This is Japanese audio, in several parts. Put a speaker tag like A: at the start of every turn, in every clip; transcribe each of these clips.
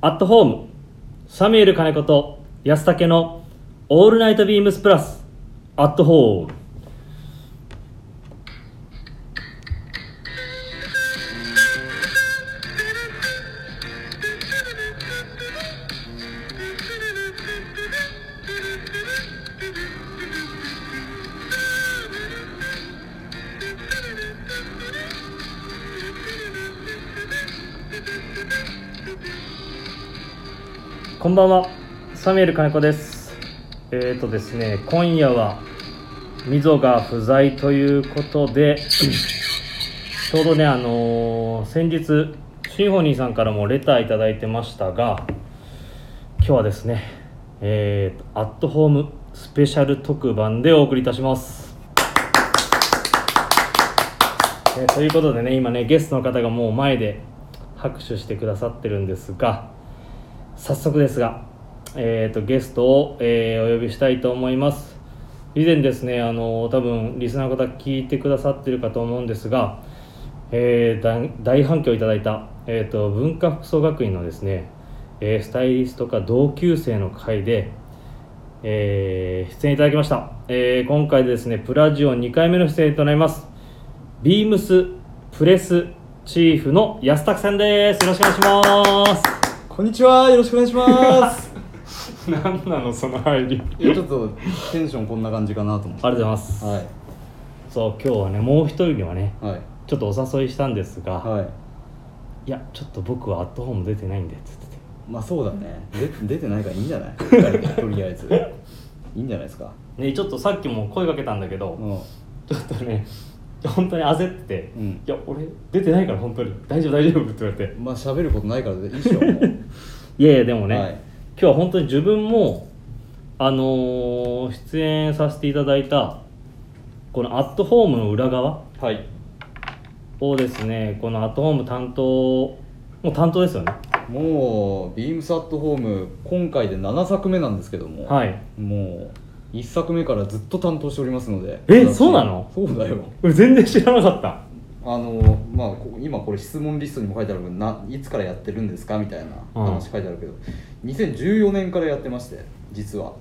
A: アットホームサミュエル金子と安武のオールナイトビームスプラスアットホームこんばんはサミュエル金子ですえーとですね今夜はみぞが不在ということでちょうどねあのー先日シンフォニーさんからもレターいただいてましたが今日はですねえーとアットホームスペシャル特番でお送りいたします、えーということでね今ねゲストの方がもう前で拍手してくださってるんですが早速ですが、えー、とゲストを、えーお呼びしたいと思います以前ですねあの多分リスナーの方聞いてくださってるかと思うんですが、えー大大反響いただいた、えー、と文化服装学院のですね、えースタイリストか同級生の会で、えー出演いただきました、えー今回でですねプラジオ2回目の出演となりますビームスプレスチーフの安拓さんですよろしくお願いします
B: こんにちは、よろしくお願いします。
C: なんなのその入り
B: いやちょっとテンションこんな感じかなと思って。
A: ありがとうございます、
B: は
A: そう今日はねもう一人にはね
B: い。はい。
A: ちょっとお誘いしたんですが、、
B: はい
A: やちょっと僕はアットホーム出てないんでっつってて
B: い。まあ、そうだね。で、出てないからいいんじゃ ない。とりあえず。いいんじゃないですか。
A: ねちょっとさっきも声かけたんだけど、
B: うん。
A: ちょっとね本当に焦ってて「
B: うん
A: いや俺出てないから本当に大丈夫大丈夫」って言われて
B: まあ、喋ることないから、いいっしょ。もう
A: いやいやでもね、
B: はい
A: 今日は本当に自分もあのー出演させていただいたこのアットホームの裏側
B: はい。
A: をですねこのアットホーム担当もう担当ですよね
B: もう、ビームスアットホーム、今回で7作目なんですけども。
A: はい
B: もう。1作目からずっと担当しておりますので
A: え
B: 私
A: そうなの
B: そうだよ
A: 俺全然知らなかった
B: あのまあ、こ今これ質問リストにも書いてあるけどないつからやってるんですかみたい
A: う
B: な
A: ん
B: 話書いてあるけど、2014年からやってまして実は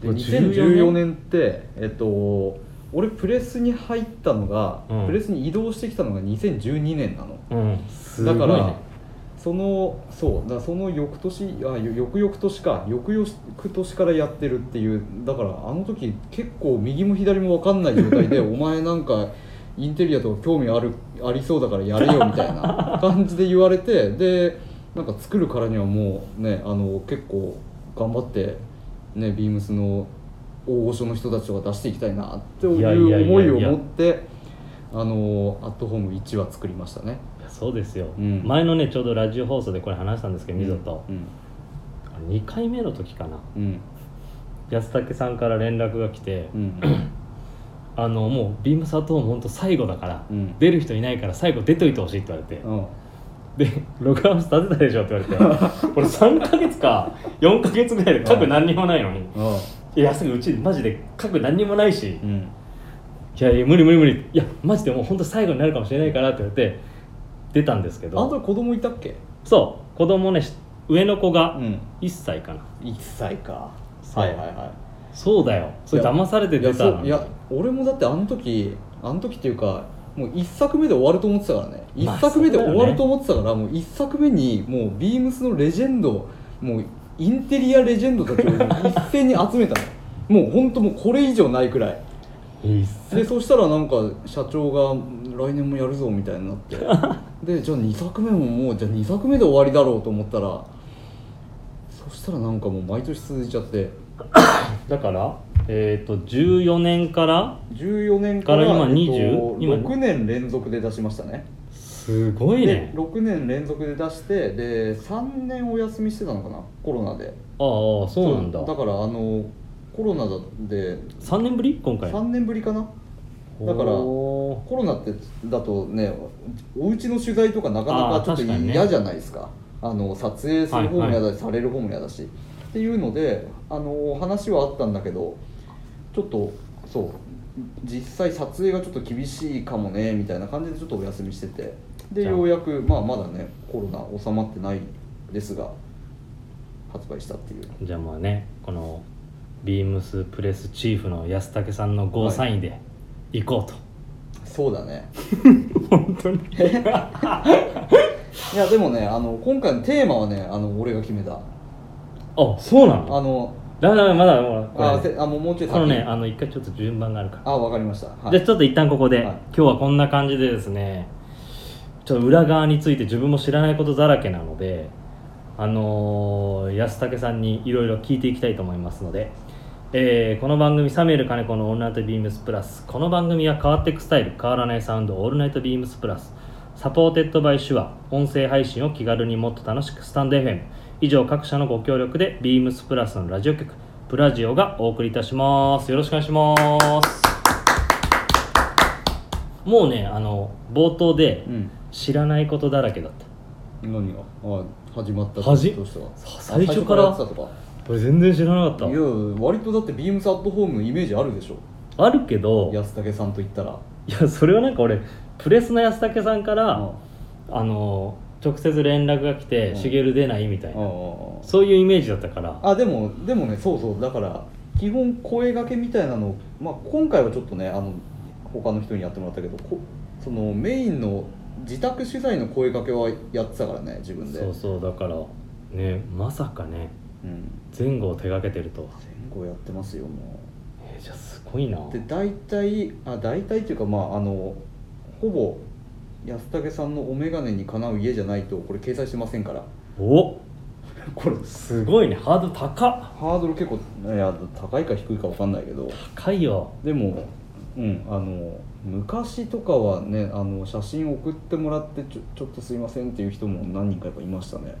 B: で
A: これ14
B: 2014年ってえっと俺プレスに入ったのが、
A: うん
B: プレスに移動してきたのが2012年なの
A: うん
B: だか
A: すごい
B: ら、
A: ね
B: そのそうだからその翌年あよ翌々年か翌々年からやってるっていうだからあの時結構右も左も分かんない状態 でお前なんかインテリアとか興味あるありそうだからやれよみた いな感じで言われてでなんか作るからにはもうねあの結構頑張ってねビームスの大御所の人たちとか出していきたいなって
A: いやいやいやい
B: い
A: や
B: う思いを持ってあのアットホーム1話作りましたね。
A: いやそうですよ、
B: うん
A: 前のねちょうどラジオ放送でこれ話したんですけど、みぞと
B: うん
A: 2回目の時かな
B: うん
A: 安武さんから連絡が来て、
B: うん
A: あのもうビームサートーム本当最後だから、
B: うん
A: 出る人いないから最後出といてほしいって言われて、
B: うん
A: で「ログハウス立てたでしょ」って言われて俺3か月か4か月ぐらいで書く何にもないのに、いや安くうちマジで書く何にもないし、
B: うん
A: いやいや無理無理無理いやマジでもう本当最後になるかもしれないからって言われて出たんですけ
B: あん
A: ど
B: た子供いたっけ
A: そう子供ねし上の子が
B: ん
A: 1歳かな、
B: 1歳か
A: そう
B: はいはいは
A: そうだよそれ
B: いや
A: 騙され
B: い
A: て
B: いや
A: 出た
B: そう
A: の
B: いや俺もだってあの時あの時っていうかもう1作目で終わると思ってたからね
A: まあ
B: 1作目で
A: そうだよね
B: 終わると思ってたから、もう1作目にもうビームスのレジェンドもうインテリアレジェンドたちを一斉に集めたのもう本当もうこれ以上ないくらい
A: 一切
B: でそしたらなんか社長が来年もやるぞみたいになって でじゃあ2作目ももうじゃあ2作目で終わりだろうと思ったらそしたらなんかもう毎年続いちゃって
A: だからえっ、と14年から
B: 14年から
A: から今
B: えっ
A: 20?
B: と
A: 今
B: 6年連続で出しましたね
A: すごい
B: で
A: ね
B: 6年連続で出してで3年お休みしてたのかなコロナで
A: ああそうなんだ
B: だからあのコロナで
A: 3年ぶり今回
B: 3年ぶりかなだから
A: お
B: コロナってだとねお家の取材とかなかな
A: あー
B: かちょ
A: 確
B: っと
A: かにね
B: 嫌じゃないですかあの撮影する方も嫌だし、
A: は
B: される方も嫌だしっていうのであの話はあったんだけどちょっとそう実際撮影がちょっと厳しいかもねみたいな感じでちょっとお休みしててで
A: じゃあ
B: ようやく、まあ、まだねコロナ収まってないですが発売したっていう
A: じゃあもうねこのビームスプレスチーフの安武さんのゴーサインで行こう と、
B: そうだね
C: 本 当に
B: いやでもねあの今回のテーマはねあの俺が決めた
A: あそうな
B: あ
A: の
B: の
A: だだまだほらこれ
B: あせあもうもうちょい先
A: このねあの一回ちょっと順番があるから
B: あわかりました、はい、
A: じゃあちょっと一旦ここで、
B: はい
A: 今日はこんな感じでですねちょっと裏側について自分も知らないことだらけなのであのー安武さんにいろいろ聞いていきたいと思いますので、えーこの番組「サミュエル金子のオールナイトビームスプラス」この番組は変わっていくスタイル変わらないサウンド「オールナイトビームスプラス」サポーテッドバイシュア音声配信を気軽にもっと楽しくスタンド FM 以上各社のご協力でビームスプラスのラジオ局プラジオがお送りいたしますよろしくお願いしますもうねあの冒頭で
B: うん
A: 知らないことだらけだっ
B: 何があ始まった
A: はじ
B: どうしたあ
A: 最初から
B: やってたとか
A: たこれ全然知らなか
B: いや割とだってビームスアットホームのイメージあるでしょ
A: たあるけど
B: 安武さんと言ったら
A: いやそれはなんか俺プレスの安武さんか
B: うん
A: らあの直接連絡が来て
B: う
A: 「
B: ん
A: しげる出ない?」みたい
B: うん
A: な
B: うんうん
A: そういうイメージだったから
B: あでもでもねそうそうだから基本声掛けみたいなの、まあ、今回はちょっとねあの他の人にやってもらったけどこそのメインの自宅取材の声掛けはやってたからね自分で
A: そうそうだからねまさかね
B: うん
A: 前後を手がけてるとは
B: 全校やってますよも
A: えじゃあすごいな
B: うで大体あ大体っていうかまああのほぼ安武さんのお眼鏡にかなう家じゃないとこれ掲載してませんから
A: お
B: これ
A: すごいねハード高っ
B: ハードル結構いや高いか低いか分かんないけど
A: 高いよ
B: でも、うん、あの昔とかはねあの写真送ってもらってちょちょっとすいませんっていう人も何人かやっぱいましたね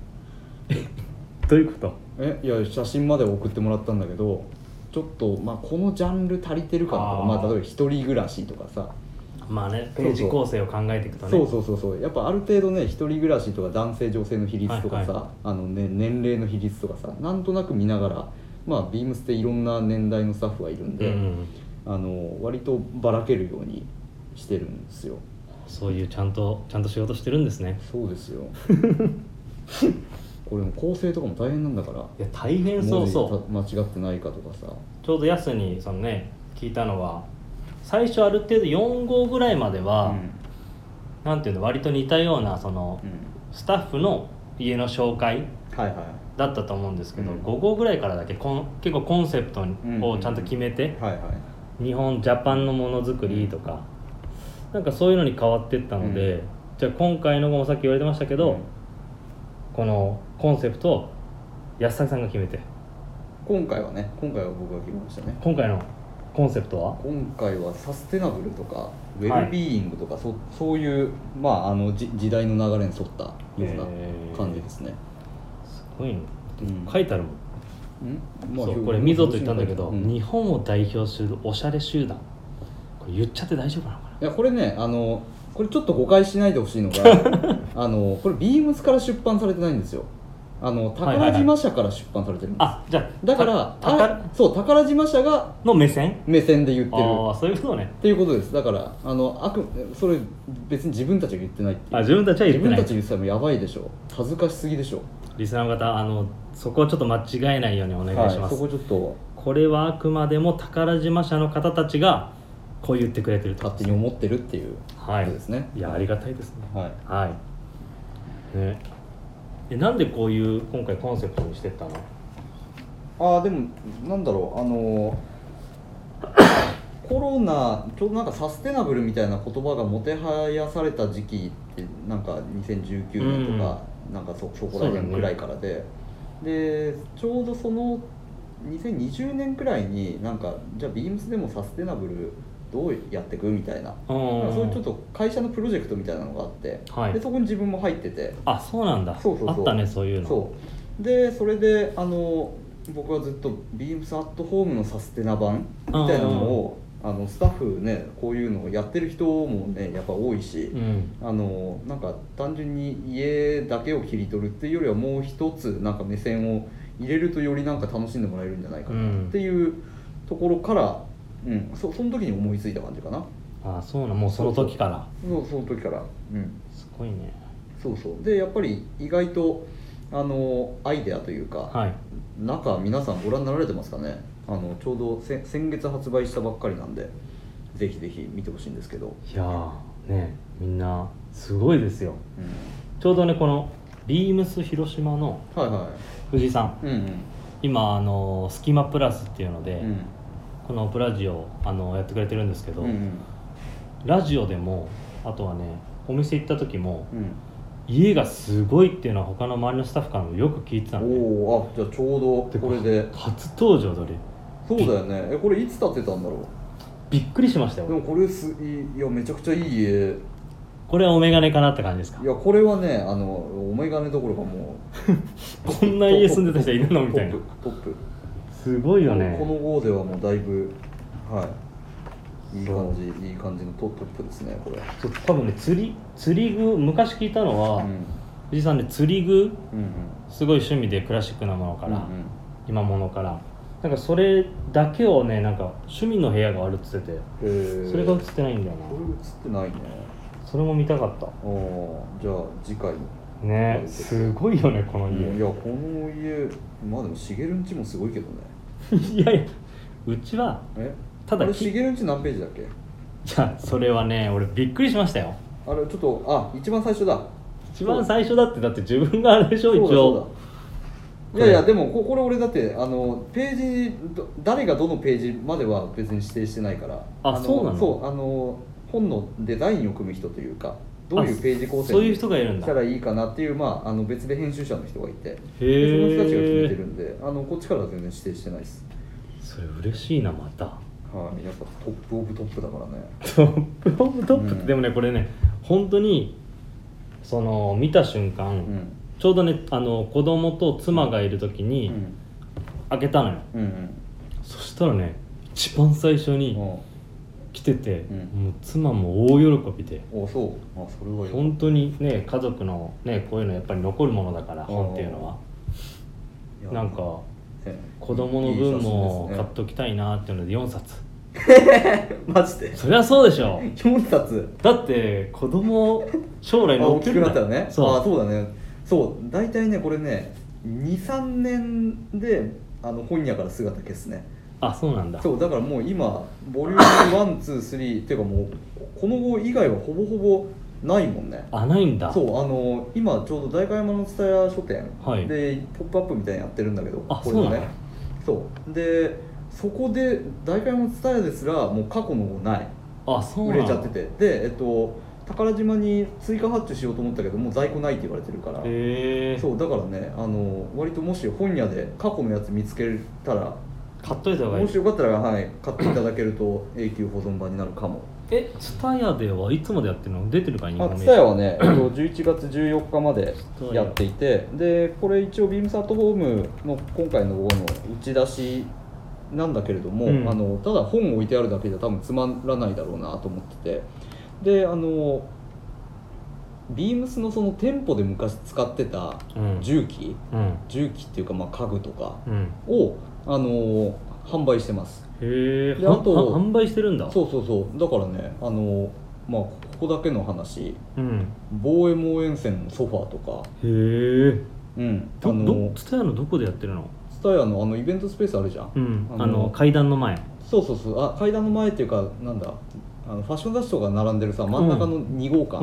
A: どういうこと
B: えいや写真まで送ってもらったんだけどちょっと、まあ、このジャンル足りてるかなとか
A: あー
B: まあ、例えば一人暮らしとかさ
A: まあねページ構成を考えていくとね
B: そうそうそうそうやっぱある程度ね一人暮らしとか男性女性の比率とかさ、
A: はいは
B: あのね、年齢の比率とかさなんとなく見ながらまあビームスっていろんな年代のスタッフがいるんで、
A: うん
B: あの割とばらけるようにしてるんですよ
A: そういうちゃんとちゃんと仕事してるんですね
B: そうですよこれも構成とかも大変なんだから
A: いや大変そうそう
B: 文字た間違ってないかとかさ
A: ちょうどやすにそのね聞いたのは最初ある程度4号ぐらいまでは、なんていうの割と似たようなその
B: うん
A: スタッフの家の紹介
B: はいはい
A: だったと思うんですけど、
B: うん
A: 5号ぐらいからだけこん結構コンセプト
B: ん
A: をちゃんと決めて、
B: はいはい
A: 日本ジャパンのものづくりとか、なんかそういうのに変わってったので、
B: うん
A: じゃあ今回のもさっき言われてましたけど、
B: うん
A: このコンセプトを安崎さんが決めて
B: 今回はね今回は僕が決めましたね
A: 今回のコンセプトは
B: 今回はサステナブルとかウ
A: は
B: ェ
A: い
B: ルビーイングとか、そそういう、まあ、あのじ時代の流れに沿ったような
A: へー
B: 感じですね、
A: すごいの
B: うん
A: 書いてあるもん、
B: うんまあ
A: そうこれみぞと言ったんだけど、
B: うん
A: 日本を代表するおしゃれ集団これ言っちゃって大丈夫なのかない
B: やこれねあのこれちょっと誤解しないでほしいの があのこれビームスから出版されてないんですよあの
A: はいはい
B: 宝島社から出版されてるんです、
A: あじゃあ
B: だから
A: た
B: あそう宝島社が
A: の目線
B: 目線で言ってる
A: ああそういうことね
B: っていうことですだからあのあくそれ別に自分たちが言ってないっていう
A: あ自分たちは言ってない
B: 自分たち言ってたらもうやばいでしょ恥ずかしすぎでしょ
A: リスナーの方あのそこをちょっと間違えないようにお願いします、
B: はい、そこちょっと
A: これはあくまでも宝島社の方たちがこう言ってくれてると
B: 勝手に思ってるっていうこ
A: はい
B: とですね
A: いやありがたいですね
B: はい
A: はいねえなんでこういう今回コンセプトにしてったの
B: あーでもなんだろうあのー コロナちょうどなんかサステナブルみたいな言葉がもてはやされた時期ってなんか2019年とか、なんかそそこら辺ぐらいからで、でちょうどその2020年くらいになんかじゃあビームスでもサステナブルどうやっていくみたいな、なんかそういうちょっと会社のプロジェクトみたいなのがあって、
A: はい
B: でそこに自分も入ってて。
A: あそうなんだ
B: そうそうそう
A: あったねそういうの
B: そうでそれであの僕はずっとビームスアットホームのサステナ版みたいなのをあのスタッフねこういうのをやってる人もねやっぱ多いし、
A: ん、
B: あのなんか単純に家だけを切り取るっていうよりはもう一つなんか目線を入れるとよりなんか楽しんでもらえるんじゃないか
A: う
B: なっ
A: ん
B: て、いうところから、うん、そその時に思いついた感じかな
A: あそうなんもうその時から
B: そうその時から、うん、
A: すごいね
B: そうそうでやっぱり意外とあのアイデアというか、
A: はい
B: 中皆さんご覧になられてますかねあのちょうどせ先月発売したばっかりなんでぜひぜひ見てほしいんですけど、
A: いやーねみんなすごいですよ
B: うん、
A: ちょうどねこのビームス広島の
B: はいは
A: 藤井さん
B: いうん
A: 今あのスキマプラスっていうので、
B: うんうん
A: このプラジオあのやってくれてるんですけど、
B: うんうん
A: ラジオでもあとはねお店行った時も
B: うん
A: 家がすごいっていうのは他の周りのスタッフからもよく聞いてたんで
B: おおあじゃあちょうどこれで
A: 初登場どれ
B: そうだよねえこれいつ建てたんだろ
A: びっくりしました
B: うで
A: よ
B: もこれすいいやめちゃくちゃいい家
A: これはお眼鏡かなって感じですか
B: いやこれはねあのお眼鏡どころかもう
A: こんな家住んでた人いるのみたいな
B: トップトップ
A: すごいよね
B: この号ではもうだいぶはいいい感じいい感じのトトップですねこれ
A: そう多分ね釣り釣り具昔聞いたのは、
B: うん
A: 藤井さんね釣り具
B: うんうん
A: すごい趣味でクラシックなものから、
B: うんうん
A: 今ものからなんかそれだけをねなんか趣味の部屋があるっつってて
B: えー
A: それが映ってないんだよ
B: これ
A: な
B: 映ってないね
A: それも見たかった
B: ああじゃあ次回
A: ねすごいよねこの
B: いや
A: 家、
B: この家まあでも茂るんちもすごいけどね
A: いやいやうちは
B: え
A: ただ
B: あれ
A: き
B: 茂るんち何ページだっけ
A: じゃあそれはね俺びっくりしましたよ
B: あれちょっとあ一番最初だ
A: 一番最初だってだって自分があれでしょ
B: そうだ
A: 一
B: そうだ
A: 応
B: いやいやでもここれ俺だってあのページど誰がどのページまでは別に指定してないから
A: あそうなの
B: そうあの本のデザインを組む人というかどういうページ構成
A: そういう
B: にし
A: 人がいるんだ
B: たらいいかなっていうまああの別で編集者の人がいて
A: へ
B: でその人たちが決め
A: え
B: てるんであのこっちからは全然指定してないです
A: それ嬉しいなまた
B: はいやっぱトップオブトップだからね
A: トップオブトップって、
B: うん
A: でもねこれね本当にその見た瞬間、
B: うん
A: ちょうどねあの子供と妻がいる時
B: う
A: に、
B: ん
A: 開けたのよ
B: うん
A: そしたらね一番最初
B: うん
A: に来てて、
B: うん
A: もう妻も大喜びで
B: おそうあそれはよ
A: 本当にね家族のねこういうのやっぱり残るものだから
B: ん
A: 本っていうのはい
B: や
A: なんか
B: ね
A: 子供の分も
B: いい写真ですね
A: 買っときたいなっていうので4冊
B: マジで
A: そりゃそうでしょ
B: 4冊
A: だって子供将来
B: あ
A: 乗
B: 大
A: っける
B: きく
A: ん
B: な
A: だ
B: ったらね
A: そ
B: あ
A: う
B: そうだねそう大体ねこれね23年であの本屋から姿消すね
A: あそうなんだ
B: そうだからもう今ボリューム123っていうかもうこの号以外はほぼほぼないもんね
A: あないんだ
B: そうあの今ちょうど代官山の蔦屋書店
A: はい
B: でポップアップみたいにやってるんだけど、
A: あ
B: の
A: そうなの
B: そうでそこで代官山の蔦屋ですらもう過去の号ない
A: あそう
B: 売
A: なんだ
B: れちゃっててでえっと宝島に追加発注しようと思ったけどもう在庫ないって言われてるから、
A: へえ
B: そうだからねあの割ともし本屋で過去のやつ見つけたら
A: 買っといた方がい
B: も
A: い
B: しよかったら、はい、買っていただけると永久保存版になるかも
A: えツタヤではいつまでやってるの出てるかい
B: あ蔦屋
A: は
B: はねえっと11月14日までやっていてでこれ一応ビームスアットホームの今回の号の打ち出しなんだけれども、
A: うん
B: あのただ本を置いてあるだけじゃ多分つまらないだろうなと思っててであのビームスのその店舗で昔使ってた
A: うん
B: 重機、
A: うん
B: 重機っていうかまあ家具とか
A: うん
B: をあの販売してます
A: へえ
B: であと
A: 販売してるんだ
B: そうそうそうだからねあのまあここだけの話
A: うん
B: 防衛門沿線のソファーとか
A: へえ
B: うんあ
A: どど
B: の
A: ツタヤのどこでやってるの
B: スタヤのあのイベントスペースあるじゃん、
A: うん
B: あの
A: あの階段の前
B: そうそうそうあ階段の前っていうかなんだあのファッション雑誌とか並んでるさ真ん中の2号館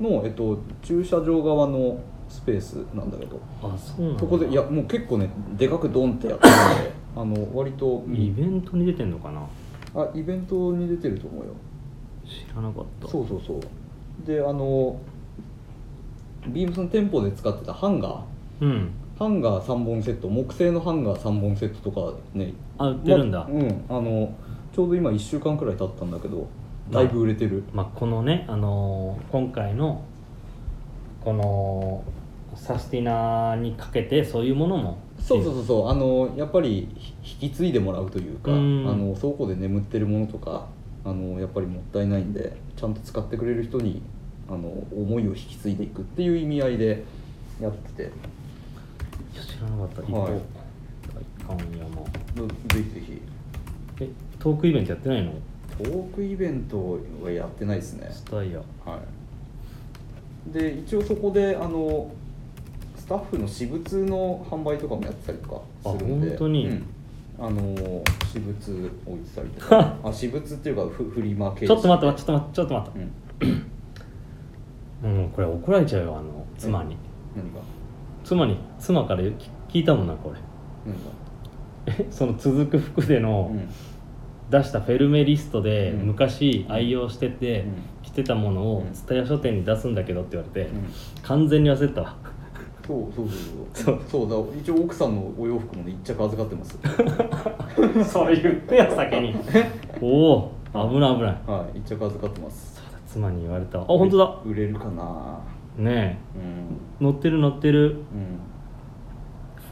A: うん
B: の、えっと、駐車場側のスペースなんだけど、
A: あそうなんだ
B: そこでいやもう結構ねでかくドンってやってる のであの割と
A: イベントに出てんのかな
B: あイベントに出てると思うよ
A: 知らなかった
B: そうそうそうであのビームスの店舗で使ってたハンガー
A: うん
B: ハンガー3本セット木製のハンガー3本セットとかね
A: あ売ってるんだ、
B: まうんあのちょうど今1週間くらい経ったんだけどだいぶ売れてる、
A: まあ、このね、あのー今回のこのサスティナにかけてそういうものも
B: そうそうそうそうあのやっぱりひ引き継いでもらうというか、
A: うん
B: あの倉庫で眠ってるものとかあのやっぱりもったいないんでちゃんと使ってくれる人にあの思いを引き継いでいくっていう意味合いでやってて
A: いや知らなかった一
B: はい
A: 大観山
B: どぜひぜひ
A: えトークイベントやってないの
B: トークイベントはやってないですね
A: スタイヤ
B: はい、で一応そこであのススタッフの私物の販売とかもやってたりとかするんで
A: あ本当に
B: うんあのー私物置いてたりと かあ私物っていうかフフリマ系
A: ちょっと待ってちょっと待ってちょっと待って
B: うん、
A: うんこれ怒られちゃうよあの妻に
B: 何が
A: 妻に妻から聞聞いたもんなんか俺
B: 何
A: えその続く服で
B: がう
A: の
B: ん
A: 出したフェルメリストで
B: うん
A: 昔愛用してて
B: うん
A: 着てたもの
B: う
A: を
B: ん
A: 蔦屋書店に出すんだけどって言われて
B: うん
A: 完全に焦った わ
B: そうそうそうそうそうだ一応奥さんのお洋服もね一着預かってます
A: そう言ってよ先に おお危ない危ない
B: はい一着預かってます
A: そうだ妻に言われたわあ本当だ
B: 売れるかな
A: ね
B: うん
A: え乗ってる乗ってる
B: うん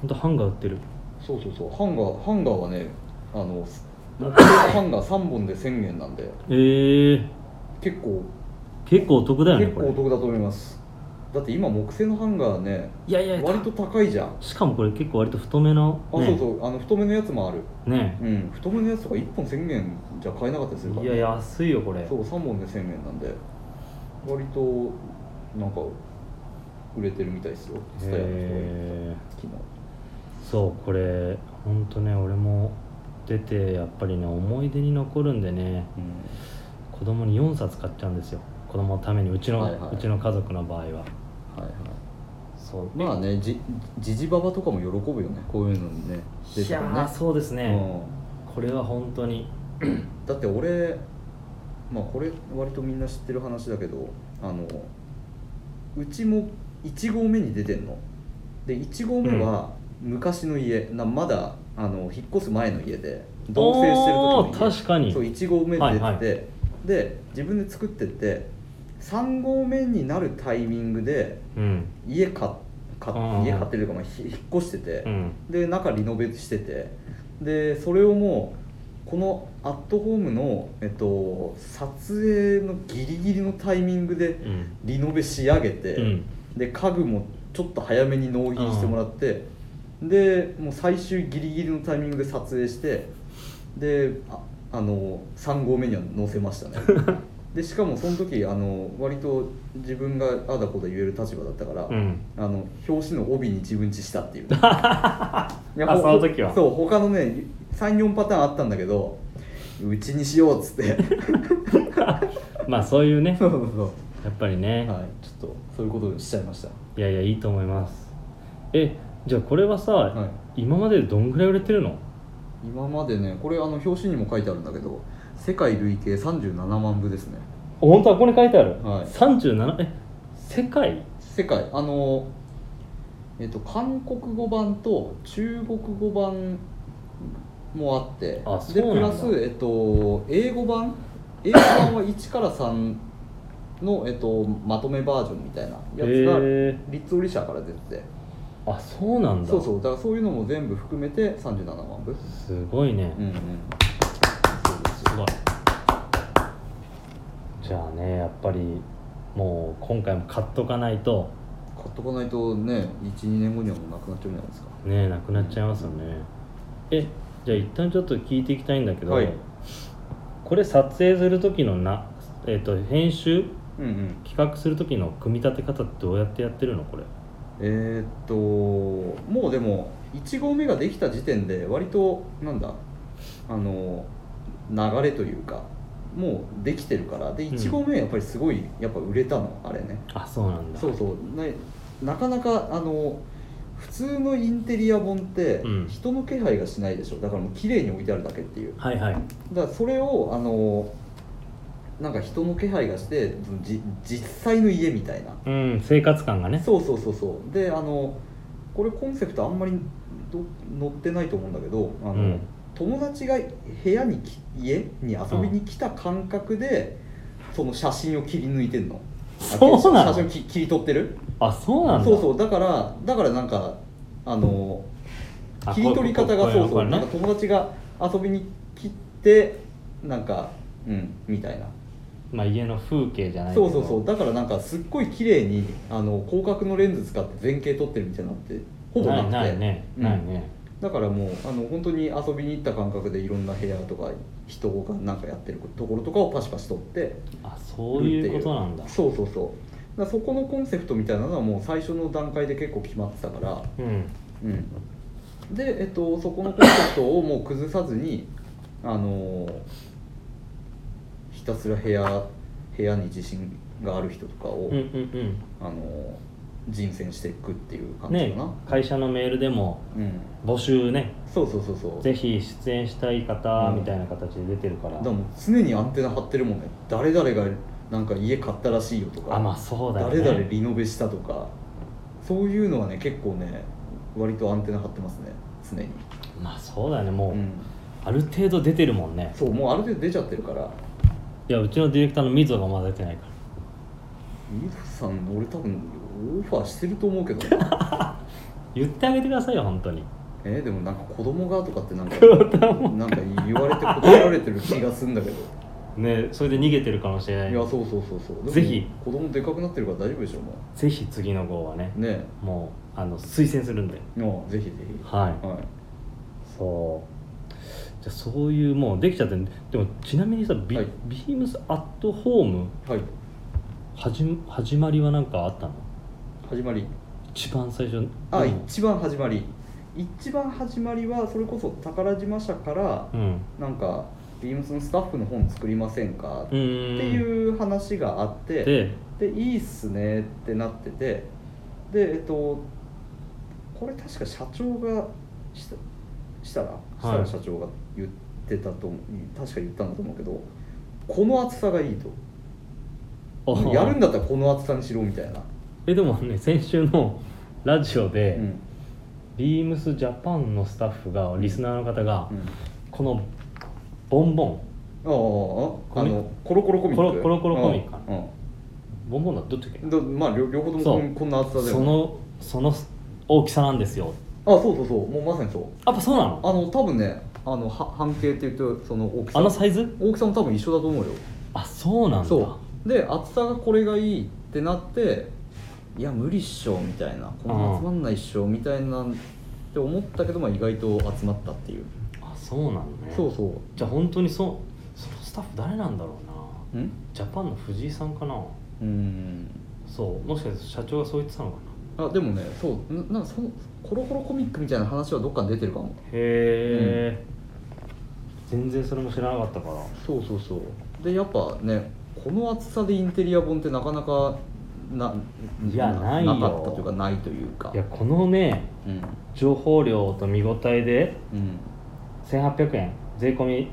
A: 本当ハンガー売ってる
B: そうそうそうハンガーハンガーはねあのす僕のハンガー3本で1000円なんで
A: ええ
B: 結構
A: 結構お得だよね
B: 結
A: こ
B: 構お
A: れ
B: 得だと思いますだって今木製のハンガーね
A: いやいや
B: 割と高いじゃんあ
A: しかもこれ結構割と太めのね
B: そうそうあの太めのやつもある
A: ね
B: うん太めのやつとか1本1000円じゃ買えなかったりするから
A: いや安いよこれ
B: そう3本で1000円なんで割となんか売れてるみたいですよスタイルの人
A: へ
B: が昨
A: そうこれほんとね俺も出てやっぱりね思い出に残るんでね
B: 日、
A: 子供に4冊買っちゃうんですよ子供のためにうちの、
B: はいはいう
A: ちの家族の場合は
B: うん、はいはい
A: そう
B: まあねじじじばばとかも喜ぶよねこういうのにね出
A: い
B: た
A: やー
B: ら
A: そうです
B: う
A: ね、これは本当に
B: ん、だって俺まあこれ割とみんな知ってる話だけどあのうちも1合目に出てんので1合目は昔の家、なまだあの引っ越す前の家で同棲してる
A: お
B: 時
A: ー
B: の家
A: 確かに
B: そう1合目で出てて、
A: はいはい
B: で自分で作ってって3合目になるタイミングで
A: うん
B: 家買っ買っ
A: うん
B: 家買ってるというか、まあ、ひ引っ越してて、
A: うん
B: で中リノベしててでそれをもうこのアットホームの、えっと、撮影のギリギリのタイミングで
A: うん
B: リノベ仕上げて、
A: うん
B: で家具もちょっと早めに納品してもらって、でもう最終ギリギリのタイミングで撮影してでああの3合目には載せましたね でしかもその時あの割と自分があだこだ言える立場だったから、
A: うん
B: あの表紙の帯に自分ちした っていうい
A: あ
B: ほ
A: その時は
B: そう他のね34パターンあったんだけどうちにしようっつって
A: まあそういうね
B: そうそうそう
A: やっぱりね、
B: はい、ちょっとそういうことにしちゃいました。
A: い、やいやいいと思いますえじゃあこれはさ、
B: はい、
A: 今まででどんぐらい売れてるの
B: 今までね、これあの表紙にも書いてあるんだけど、世界累計37万部ですね。
A: 本当はここに書いてある、
B: はい
A: 37え世界
B: 世界あのえっと韓国語版と中国語版もあって、
A: あそう
B: で
A: なん
B: プ
A: だ
B: ラスえっと英語版英語版は1から3のえっとまとめバージョンみたいなやつが
A: え
B: リッツオリ社から出てて、
A: あそうなんだ
B: そうそうだからそういうのも全部含めて37万部。
A: すごいね、
B: うんうん。そうですよ
A: すごいじゃあねやっぱりもう今回も買っとかないと
B: 買っとかないとね12年後にはもうなくなっちゃうんじゃないですか
A: ねなくなっちゃいますよねえじゃあ一旦ちょっと聞いていきたいんだけど、
B: はい
A: これ撮影する時のな、えっと編集
B: うんうん
A: 企画する時の組み立て方ってどうやってやってるのこれ
B: えーっともうでも1合目ができた時点で割となんだあの流れというかもうできてるからで
A: うん
B: 1合目やっぱりすごいやっぱ売れたのあれね
A: あそうなんだ
B: そうそうななかなかあの普通のインテリア本って
A: うん
B: 人の気配がしないでしょだからもう綺麗に置いてあるだけっていう
A: はいはい
B: だからそれをあのなんか人の気配がしてじ実際の家みたいな、
A: うん生活感がね
B: そうそうそうそうであのこれコンセプトあんまりど載ってないと思うんだけどあの、
A: うん
B: 友達が部屋にき家に遊びに来た感覚で、その写真を切り抜いてんのあ
A: そうなの
B: 写真をき切り取ってる
A: あそうなんだ
B: そうそうだからだからなんかあの
A: あ
B: 切り取り方が
A: こ
B: そう
A: こ
B: そう
A: れ
B: なん
A: ね
B: か友達が遊びに来てなんかうんみたいな
A: まあ家の風景じゃないけど
B: そうそうそうだからなんかすっごい綺麗にあの広角のレンズ使って前景撮ってるみたいなのってほぼな
A: な
B: く
A: い
B: て
A: ないね、
B: うん
A: ないね
B: だからもうあの本当に遊びに行った感覚でいろんな部屋とか人がなんかやってるところとかをパシパシ撮って
A: あそういうことなんだ
B: そうそうそうからそこのコンセプトみたいなのはもう最初の段階で結構決まってたから、
A: うん
B: うん、で、えっと、そこのコンセプトをもう崩さずにあのーひたすら部屋部屋に自信がある人とかを、
A: うんうん
B: あのー人選していくっていう
A: う
B: 感
A: ん
B: じ
A: ね
B: かな、
A: 会社のメールでも
B: うん、
A: 募集ね
B: そうそうそうそう
A: ぜひ出演したい方
B: うん
A: みたいな形で出てるから、
B: だからもう常にアンテナ張ってるもんね誰々がなんか家買ったらしいよとか
A: あまあそうだよね
B: 誰々リノベしたとかそういうのはね結構ね割とアンテナ張ってますね常に、
A: まあそうだよねもう、
B: うん、
A: ある程度出てるもんね
B: そうもうある程度出ちゃってるから
A: いやうちのディレクターの溝がまだ出てないから
B: 水戸さん俺多分オファーしてると思うけ どな
A: 言ってあげてくださいよ本当に
B: えでもなんか子供がとかってなんかなんか言われて断られてる気がするんだ けど
A: ねそれで逃げてるかもしれない
B: いやそうそうそうそうでも
A: ぜひ
B: 子供でかくなってるから大丈夫でしょも
A: ぜひ次の号はね
B: うね
A: もうあの推薦するんで
B: えああぜひぜひ
A: はい
B: はい
A: そうじゃあそういうもうできちゃってんでもちなみにさビ,、
B: はい
A: ビームスアットホーム
B: はい
A: 始む始まりは何かあったの
B: 始まり
A: 一番最初
B: あ、
A: うん
B: 一番始まり一番始まりはそれこそ宝島社から
A: うん
B: なんかビームスのスタッフの本作りませんかっ
A: う
B: て
A: ん
B: いう話があって
A: で
B: でいいっすねってなっててでえっとこれ確か社長がしたしたらしたら社長が言ってたと思う確か言ったんだと思うけどこの厚さがいいとやるんだったらこの厚さにしろみたいな、
A: えでもね先週のラジオ
B: う
A: で、
B: ん
A: ビームスジャパンのスタッフがリスナーの方が、
B: うん、
A: このボンボン
B: あああ
A: コミ
B: のコロコロコミック
A: コロコロコロコミックか
B: うんうん
A: ボンボンだどっちだっけ
B: だまあ両両方とも
A: そう
B: こんこんな厚さで
A: そのその大きさなんですよ
B: あそうそうそうもうまさにそう
A: やっぱそうな
B: あ
A: の
B: の多分ねあのは半径って言ってその大き
A: あ
B: さ
A: のサイズ
B: 大きさも多分一緒だと思うよ
A: あそうなんだ
B: そうで厚さがこれがいいってなっていや無理っしょみたいなこんな集まんないっしょみたいなって思ったけど、まあ、意外と集まったっていう
A: あそうなのね
B: そうそ
A: じゃあ本当にそうそのスタッフ誰なんだろうな
B: うん
A: ジャパンの藤井さんかな
B: うーん
A: そうもしかして社長がそう言ってたのかな
B: あでもねそうななんかそのコロコロコミックみたいな話はどっかに出てるかも
A: へえ、全然それも知らなかったから
B: そうそうそうでやっぱねこの厚さでインテリア本ってなかなかない
A: いやないよ
B: なかったというかないというか
A: いやこのね
B: うん
A: 情報量と見応えで
B: うん
A: 1800円税込み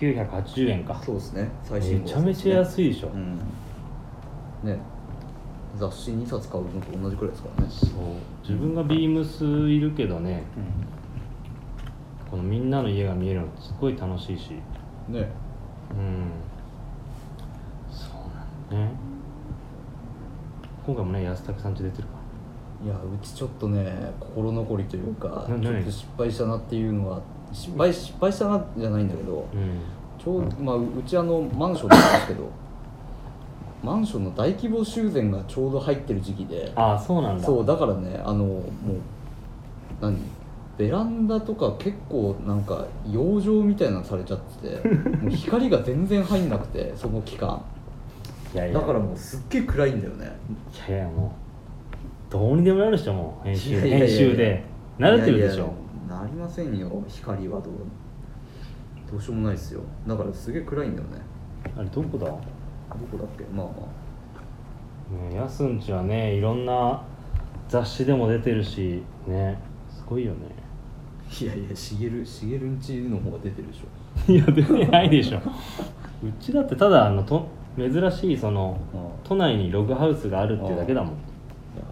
A: 1980円か
B: そうですね最新
A: め
B: 号
A: ちゃめちゃ安いでしょ、
B: うんね雑誌2冊買うのと同じくらいですからね
A: そう自分がビームスいるけどねこのみんなの家が見えるのすごい楽しいし
B: ね
A: うんそうなんだね今回もね安武さんち出てるか
B: いやうちちょっとね心残りというかちょ
A: な
B: っ
A: 何
B: と失敗したなっていうのは失敗失敗したなじゃないんだけど
A: らうん
B: ちょうまあ、ううちあのマンションなんですけどマンションの大規模修繕がちょうど入ってる時期で
A: ああそうなんだ
B: そうだからねあのもう何ベランダとか結構なんか養生みたいなのされちゃっ ててもう光が全然入んなくてその期間
A: いやいや
B: だからもうすっげえ暗いんだよね
A: いやいやもうどうにでもなるでしょもう編
B: い
A: 集
B: やいやいや
A: 編集で慣れてるでしょ
B: いやいやなりませんよ光はどうどうしようもないですよだからすげえ暗いんだよね
A: あれどこだ
B: どこだっけまあまあ
A: ねやすんちはねいろんな雑誌でも出てるしねすごい よね
B: いやいや、しげる、しげるんちの方が出てるでし
A: いや出てないでしょうちだってただあのと珍しいその
B: ょ。ああ
A: 都内にログハウスがあるっていうだけだもん
B: いや、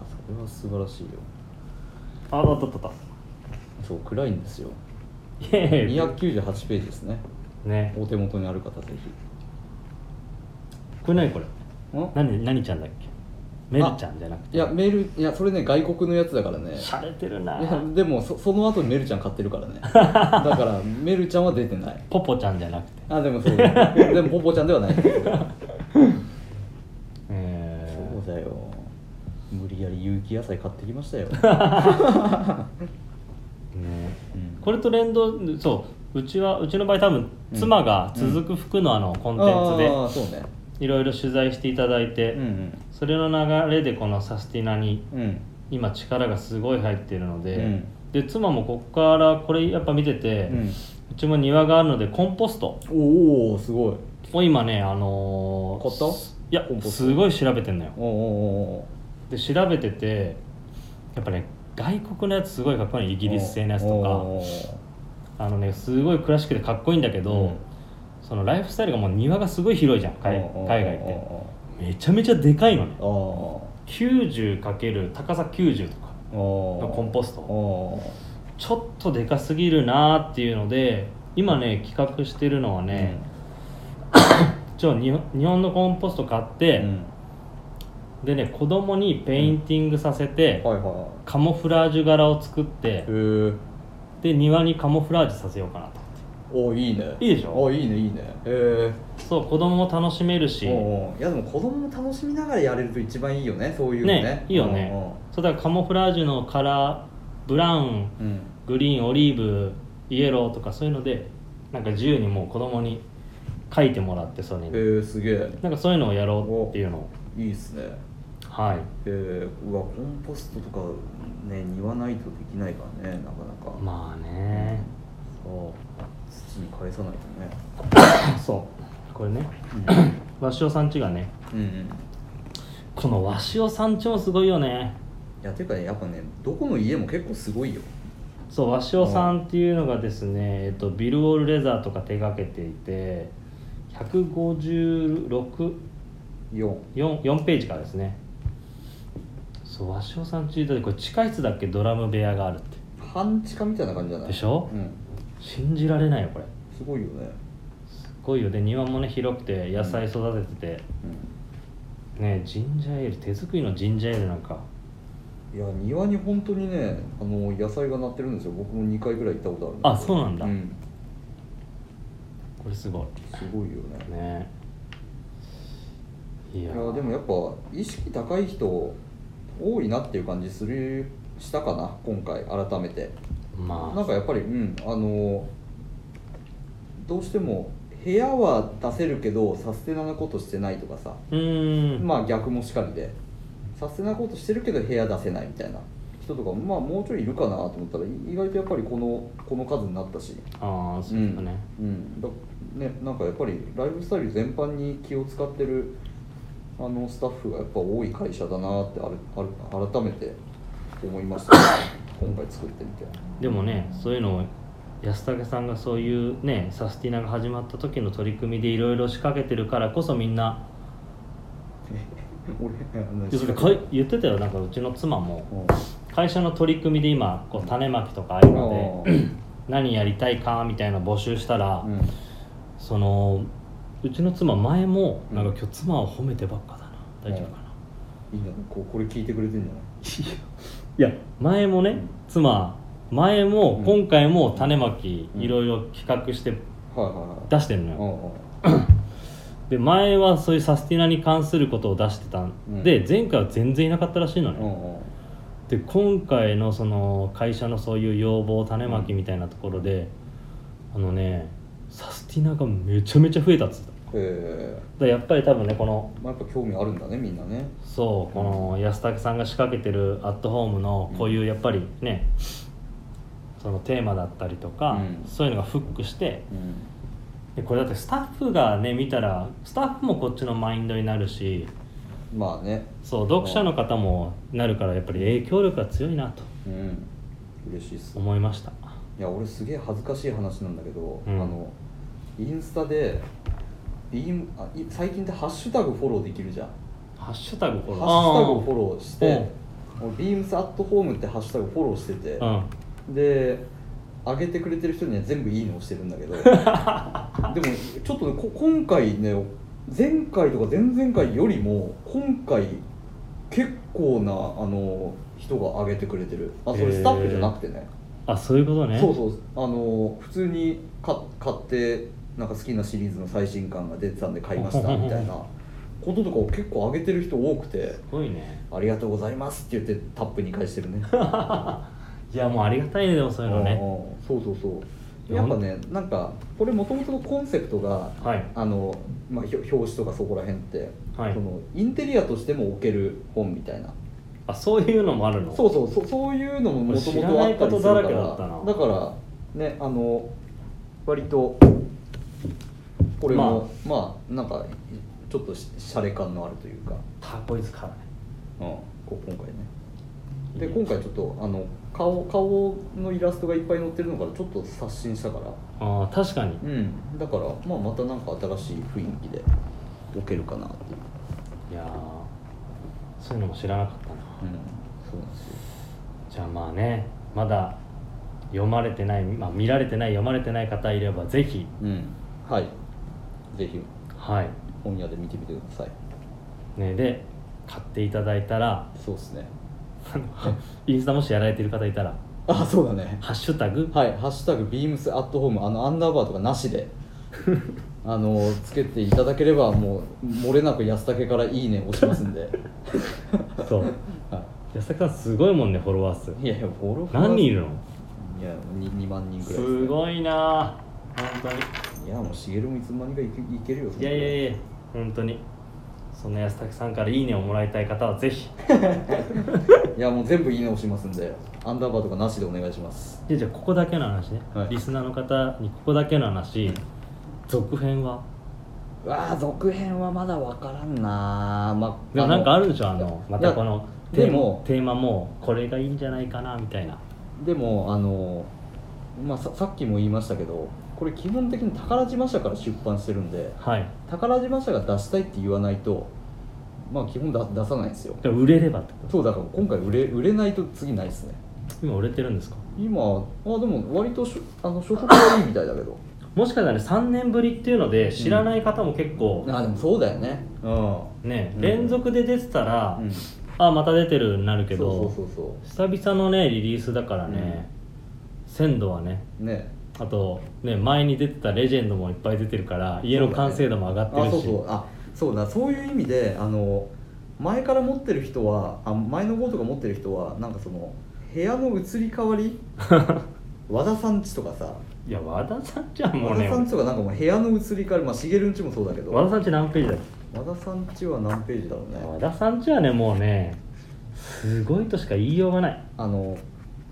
B: それは素晴らしいよ。
A: あああったあったあっ
B: そう、暗いんですよ。
A: たいやい
B: 二
A: や
B: 百九十八ページですね。
A: ね
B: お手元にある方ぜ
A: これ何これ
B: ひ。ん？
A: 何何ちゃんだっけメルちゃんじゃなくて
B: いや、メール、いや、それね、外国のやつだからね。い
A: しゃれてるな
B: や、でも、そ、その後、メルちゃん買ってるか らね。だから、メルちゃんは出てない。
A: ポポちゃんじゃなくて
B: あ、で も、そう。でも、ポポちゃんではない。
A: え
B: そうだよ。無理やり有機野菜買ってき ましたよ。
A: ーね
B: うん
A: これと連動そううちはうちの場合多分妻が続く服のあのコンテンツで、
B: ああ、そうね。
A: いろいろ取材していただいて、
B: うん
A: それの流れでこのサスティナに
B: うんうん
A: 今力がすごい入ってるので、
B: うん
A: で妻もここからこれやっぱ見てて、うちも庭があるのでコンポスト
B: おおすごい
A: を今ねあのー
B: 買った
A: いや
B: コンポスト
A: すごい調べてんのよ
B: おお
A: で調べててやっぱね外国のやつすごいかっこいいイ
B: イ
A: ギリス製のやつとかあのねすごいクラシックでかっこいいんだけど、
B: うん
A: そのライフスタイルがもう庭がすごい広いじゃん海海外ってめちゃめちゃでかいのね
B: あああ
A: 90× 高さ90とかのコ
B: コ
A: ンポスト
B: ト
A: ちょっとでかすぎるなーっていうので今ね企画してるのはね、一応日本日本のコンポスト買って、でね子供にペインティングさせて、
B: はいは
A: カモフラージュ柄を作って
B: いへえ
A: で庭にカモフラージュさせようかなと思っ
B: おいいね
A: いいでしょ
B: おいいねいいねへ
A: てそう子供も楽しめるし
B: えおういやでも子供も楽しみながらやれると一番いいよねそういうのね
A: ねいいよねそうだからカモフラージュのカラーブラウン
B: うんうん
A: グリーンオリーブイエローとかそういうのでなんか自由にもう子供に書いてもらってそれに
B: へえすげえ
A: なんかそういうのをやろうっていうのを
B: いいっすね
A: はい
B: えー、うわコンポストとかね庭ないとできないからねなかなか、
A: まあねそ
B: 土に返さないとね
A: う そうこれね 鷲尾さん家がね
B: うん、うん、
A: この鷲尾さん家もすごいよね
B: いやていうかねやっぱねどこの家も結構すごいよ
A: そう鷲尾さんっていうのがですね、えっと、ビルオールレザーとか手掛けていて156
B: 4
A: 4, 4ページからですねそう鷲尾さんちだってこれ地下室だっけドラム部屋があるって
B: 半地下みたいな感じじゃない
A: でしょ
B: うん
A: 信じられないよこれ
B: すごいよね
A: すごいよで庭もね広くて野菜育ててて、ねジンジャーエール手作りのジンジャーエールなんか
B: うんいや庭に本当にねあの野菜がなってるんですよ僕も2回ぐらい行ったことあるんだけど
A: あそうなんだ
B: うん、
A: これすご
B: すごいよね
A: いねい
B: い
A: や
B: やでもやっぱ意識高い人多いなっていう感じするしたかな今回改めて
A: まあ
B: なんかやっぱりうんあのどうしても部屋は出せるけどサステナなことしてないとかさ
A: うーん
B: まあ逆もしかりでサステナなことしてるけど部屋出せないみたいな人とかもまあもうちょいいるかなと思ったらい意外とやっぱりこのこの数になったし
A: ああそうですかね、
B: うんうんだねなんかやっぱりライフスタイル全般に気を使ってるあのスタッフがやっぱ多い会社だなってあるある改めて思いました、ね、今回作ってみて
A: でもねそういうのを安武さんがそういうねサスティナが始まった時の取り組みでいろいろ仕掛けてるからこそみんな
B: 俺あの
A: 要するにかい言ってたよなんかうちの妻も
B: うん
A: 会社の取り組みで今こう種まきとかああいうので何やりたいかみたいな募集したら、
B: うん
A: そのうちの妻前も
B: うん
A: なんか今日妻を褒めてばっかだな大丈夫 かな、
B: いいなこうこれ聞いてくれてんじゃない
A: いや前もね、妻前も
B: うん
A: 今回も種まき
B: うん
A: いろいろ企画して
B: はいはいはい
A: 出してるのよ、
B: う
A: で前はそういうサスティナに関することを出してたんで、前回は全然いなかったらしいの
B: んう
A: ね、
B: んうん
A: で今回のその会社のそういう要望種まきみたいなところで、あのねサスティナがめちゃめちゃ増えたっつってただか
B: へえ
A: らやっぱり多分ねこの
B: まあやっぱ興味あるんだねみんなね
A: そうこの安武さんが仕掛けてるアットホームのこういうやっぱりね、そのテーマだったりとか、
B: うん
A: そういうのがフックして
B: うん
A: でこれだってスタッフがね見たらスタッフもこっちのマインドになるし
B: まあね
A: そう読者の方もなるからやっぱり影響力が強いなと
B: うん嬉しいっす
A: 思いました
B: いや俺すげえ恥ずかしい話なんだけど、
A: うん
B: あのインスタでビームあい最近ってハッシュタグフォローできるじゃん
A: ハッシュタグフォロー
B: ハッシュタグをフォローして俺ビームスアットホームってハッシュタグフォローしてて、
A: うん
B: で上げてくれてる人には全部いいのをしてるん だけどでもちょっとねこ今回ね前回とか前々回よりも今回結構なあの人が上げてくれてるあそ
A: へ
B: れ
A: ー
B: スタッフじゃなくてね、
A: あそういうことね
B: そうそうあの普通にか買ってなんか好きなシリーズの最新刊が出てたんで買いましたみたいなこととかを結構上げてる人多くて
A: すごいね
B: 「ありがとうございます」って言ってタップに返してるね
A: いやもうありがたいねでもそういうのね
B: うんうんそうそうそうやっぱねなんかこれもともとのコンセプトが
A: はい
B: あの、まあ、ひょ表紙とかそこら辺って、
A: はい
B: そのインテリアとしても置ける本みたいな
A: あそういうのもあるの
B: そうそうそそういうのももともとあったりする
A: 知らないことだ
B: から
A: らけだったな
B: だからねあの割とこれもまあ、なんかちょっとし洒落感のあるというか、
A: かっこいいですからね
B: うん、こ今回ねで今回ちょっとあの顔顔のイラストがいっぱい載ってるのからちょっと刷新したから
A: あー確かに
B: うんだから、まあ、またなんか新しい雰囲気で置けるかなっていう、
A: いやーそういうのも知らなかったな
B: うん、そうなんですよ
A: じゃあまあねまだ読まれてない、まあ、見られてない読まれてない方いればぜひ
B: うんはいぜひ
A: はい
B: 本屋で見てみてください
A: ねで買っていただいたら
B: そうですね
A: あのインスタもしやられてる方いたら
B: あそうだね
A: 「ハッシュタグ
B: はい「ハッシュタグビームスアットホーム」あのアンダーバーとかなしであのつけていただければもう漏れなく安武から「いいね」押しますんで、
A: そう
B: は
A: 安田さんすごいもんねフォロワー数
B: い、いやいやフォロー
A: 何人いるの
B: いや 2, 万人くらいです
A: ごいな本当に
B: いやもう茂もいつの間にかいけいけるよ
A: いやいやいや本当にそんな安武さんから「いいね」をもらいたい方はぜひ
B: いやもう全部「いいね」押しますんでアンダーバーとかなしでお願いします
A: でじゃあここだけの話ね、
B: はい
A: リスナーの方にここだけの話続編は
B: うわあ続編はまだ分からんなーま
A: でもなんかあるでしょあ
B: い
A: の
B: や
A: またこの
B: いや
A: テ
B: で
A: ーマ
B: も
A: テーマもこれがいいんじゃないかなみたいな
B: でもあのまあささっきも言いましたけどこれ基本的に宝島社から出版してるんで
A: はい
B: 宝島社が出したいって言わないとまあ基本だ出さないんですよ
A: でも売れればってこと
B: そうだから今回売れ売れないと次ないですね
A: 今売れてるんですか
B: 今あでも割としょあの所得はいいみたいだ けど
A: もしかしたらね3年ぶりっていうので知らない方も結構、
B: あでもそうだよねうん、
A: ね、
B: うん
A: 連続で出てたら、
B: うん、
A: あまた出てるになるけど
B: そうそうそうそ
A: 久々のねリリースだからね、鮮度はね
B: うね
A: あとね前に出てたレジェンドもいっぱい出てるから家の完成度も上がって
B: あ
A: るし
B: そうそうあそうだそういう意味であの前から持ってる人はあ前の号とか持ってる人はなんかその部屋の移り変 わり和田さんちとかさ
A: いや和田さんじゃも
B: 和
A: うね
B: 田さんちとかなんかもう部屋の移り変わりまあ茂んちもそうだけど
A: 和
B: 和
A: 田さんち何ページだっ
B: 田さんちは何ページだろう
A: け
B: ね
A: 和田さんちはねもうねすごいとしか言いようがない
B: あの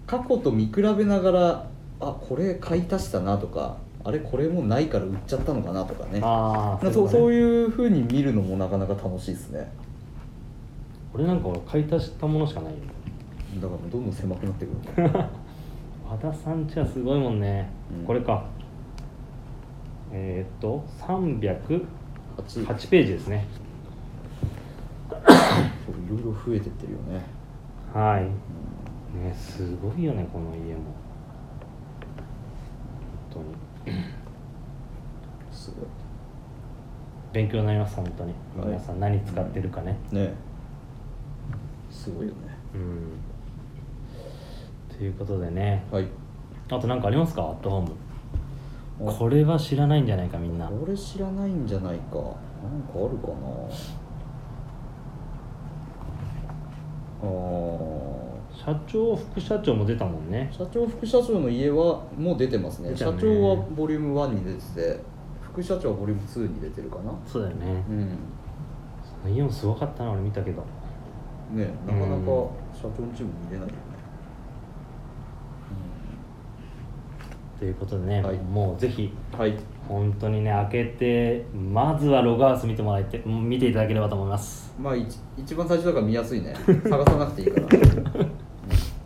B: 過去と見比べながらあこれ買い足したなとかあれこれもうないから売っちゃったのかなとかね
A: ああ
B: そうそう
A: う
B: いうふうに見るのもなかなか楽しいですね
A: 俺なんか俺買い足したものしかないよ
B: だからどんどん狭くなってくる
A: 和田さんちはすごいもんね、
B: うん
A: これかえー、っと308
B: 8
A: ページですね
B: そういろいろ増えてってるよね
A: はいねすごいよねこの家も本当に
B: すごい
A: 勉強になります本当に
B: はい
A: 皆さん何使ってるかね
B: ねすごいよね
A: うんということでね
B: はい
A: あと何かありますかアットホーム
B: あ
A: これは知らないんじゃないかみんな
B: これ知らないんじゃないかなんかあるかなあー
A: 社長副社長も出たもんね
B: 社長副社長の家はもう出てますね
A: 出た
B: 社
A: ね
B: 長はボリューム1に出てて副社長はボリューム2に出てるかな
A: そうだよね
B: うん
A: その家もすごかったな俺見たけど
B: ねなかなか
A: うん
B: 社長のチーム見れないよね、
A: ということでね、
B: はい
A: もうぜひ
B: うん、はい
A: 本当にね開けてまずはログハウス見てもらえてうん見ていただければと思います
B: まあ一一番最初だから見やすい ね探さなくていいからよ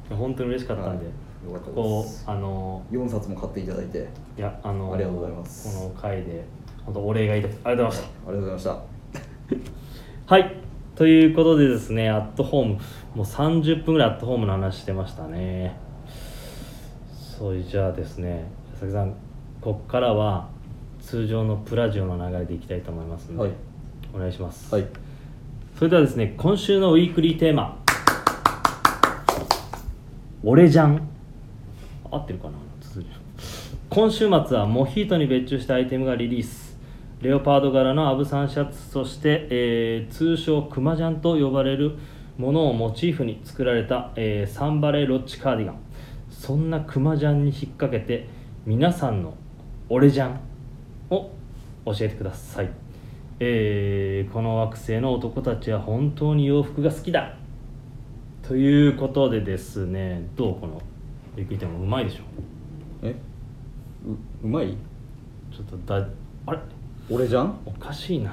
A: 本当に嬉しかったんで、
B: はいよかった
A: こ
B: です
A: こあの
B: 4冊も買っていただいて
A: いやあの
B: ありがとうございます
A: この回で本当お礼が言いたくてありがとうございまし
B: ありがとうございました
A: たはいということでですねアットホームもう30分ぐらいアットホームの話してましたねそれじゃあですね佐々木さんこっからは通常のプラジオの流れでいきたいと思いますので、
B: はい
A: お願いします、
B: はい
A: それではですね今週のウィークリーテーマ「俺じゃん」合ってるかな続き今週末はモヒートに別注したアイテムがリリースレオパード柄のアブサンシャツそして、えー通称クマジャンと呼ばれるものをモチーフに作られた、えーサンバレロッチカーディガンそんなクマジャンに引っ掛けて皆さんの「俺じゃん」を教えてください、えーこの惑星の男たちは本当に洋服が好きだということでですねどうこのゆっくりでもうまいでしょ
B: えううまい
A: ちょっとだあれ
B: 俺じゃん
A: おかしいな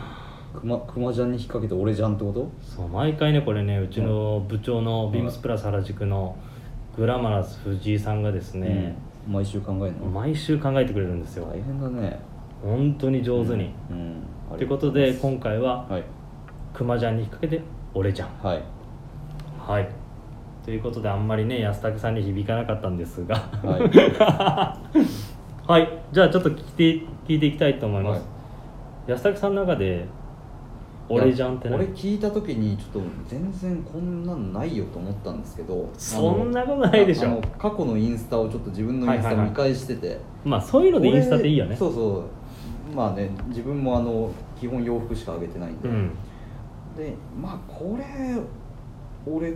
B: くまくまじゃんに引っ掛けて俺じゃんってこと
A: そう毎回ねこれねうちの部長のビームスプラス原宿のグラマラス藤井さんがですね、
B: うん毎週考えるの
A: 毎週考えてくれるんですよ
B: 大変だね
A: 本当に上手に、
B: うん
A: ということで今回は
B: はい
A: 「くまちゃんに引っ掛けて俺じゃん
B: はい」
A: はいということであんまりね安武さんに響かなかったんですが
B: はい
A: はいじゃあちょっと聞いて聞いていきたいと思います、
B: は
A: 安武さんの中で「俺じゃん」って
B: いや
A: 何
B: 俺聞いた時にちょっと全然こんなんないよと思ったんですけど
A: そん
B: な
A: なことないでし
B: あの
A: ょ
B: 過去のインスタをちょっと自分のインス
A: はいは
B: タ
A: いはい
B: 見返してて、
A: まあそういうのでインスタっていいよね
B: 俺そうそうまあね自分もあの基本洋服しかあげてないんで、
A: うん
B: でまあこれ俺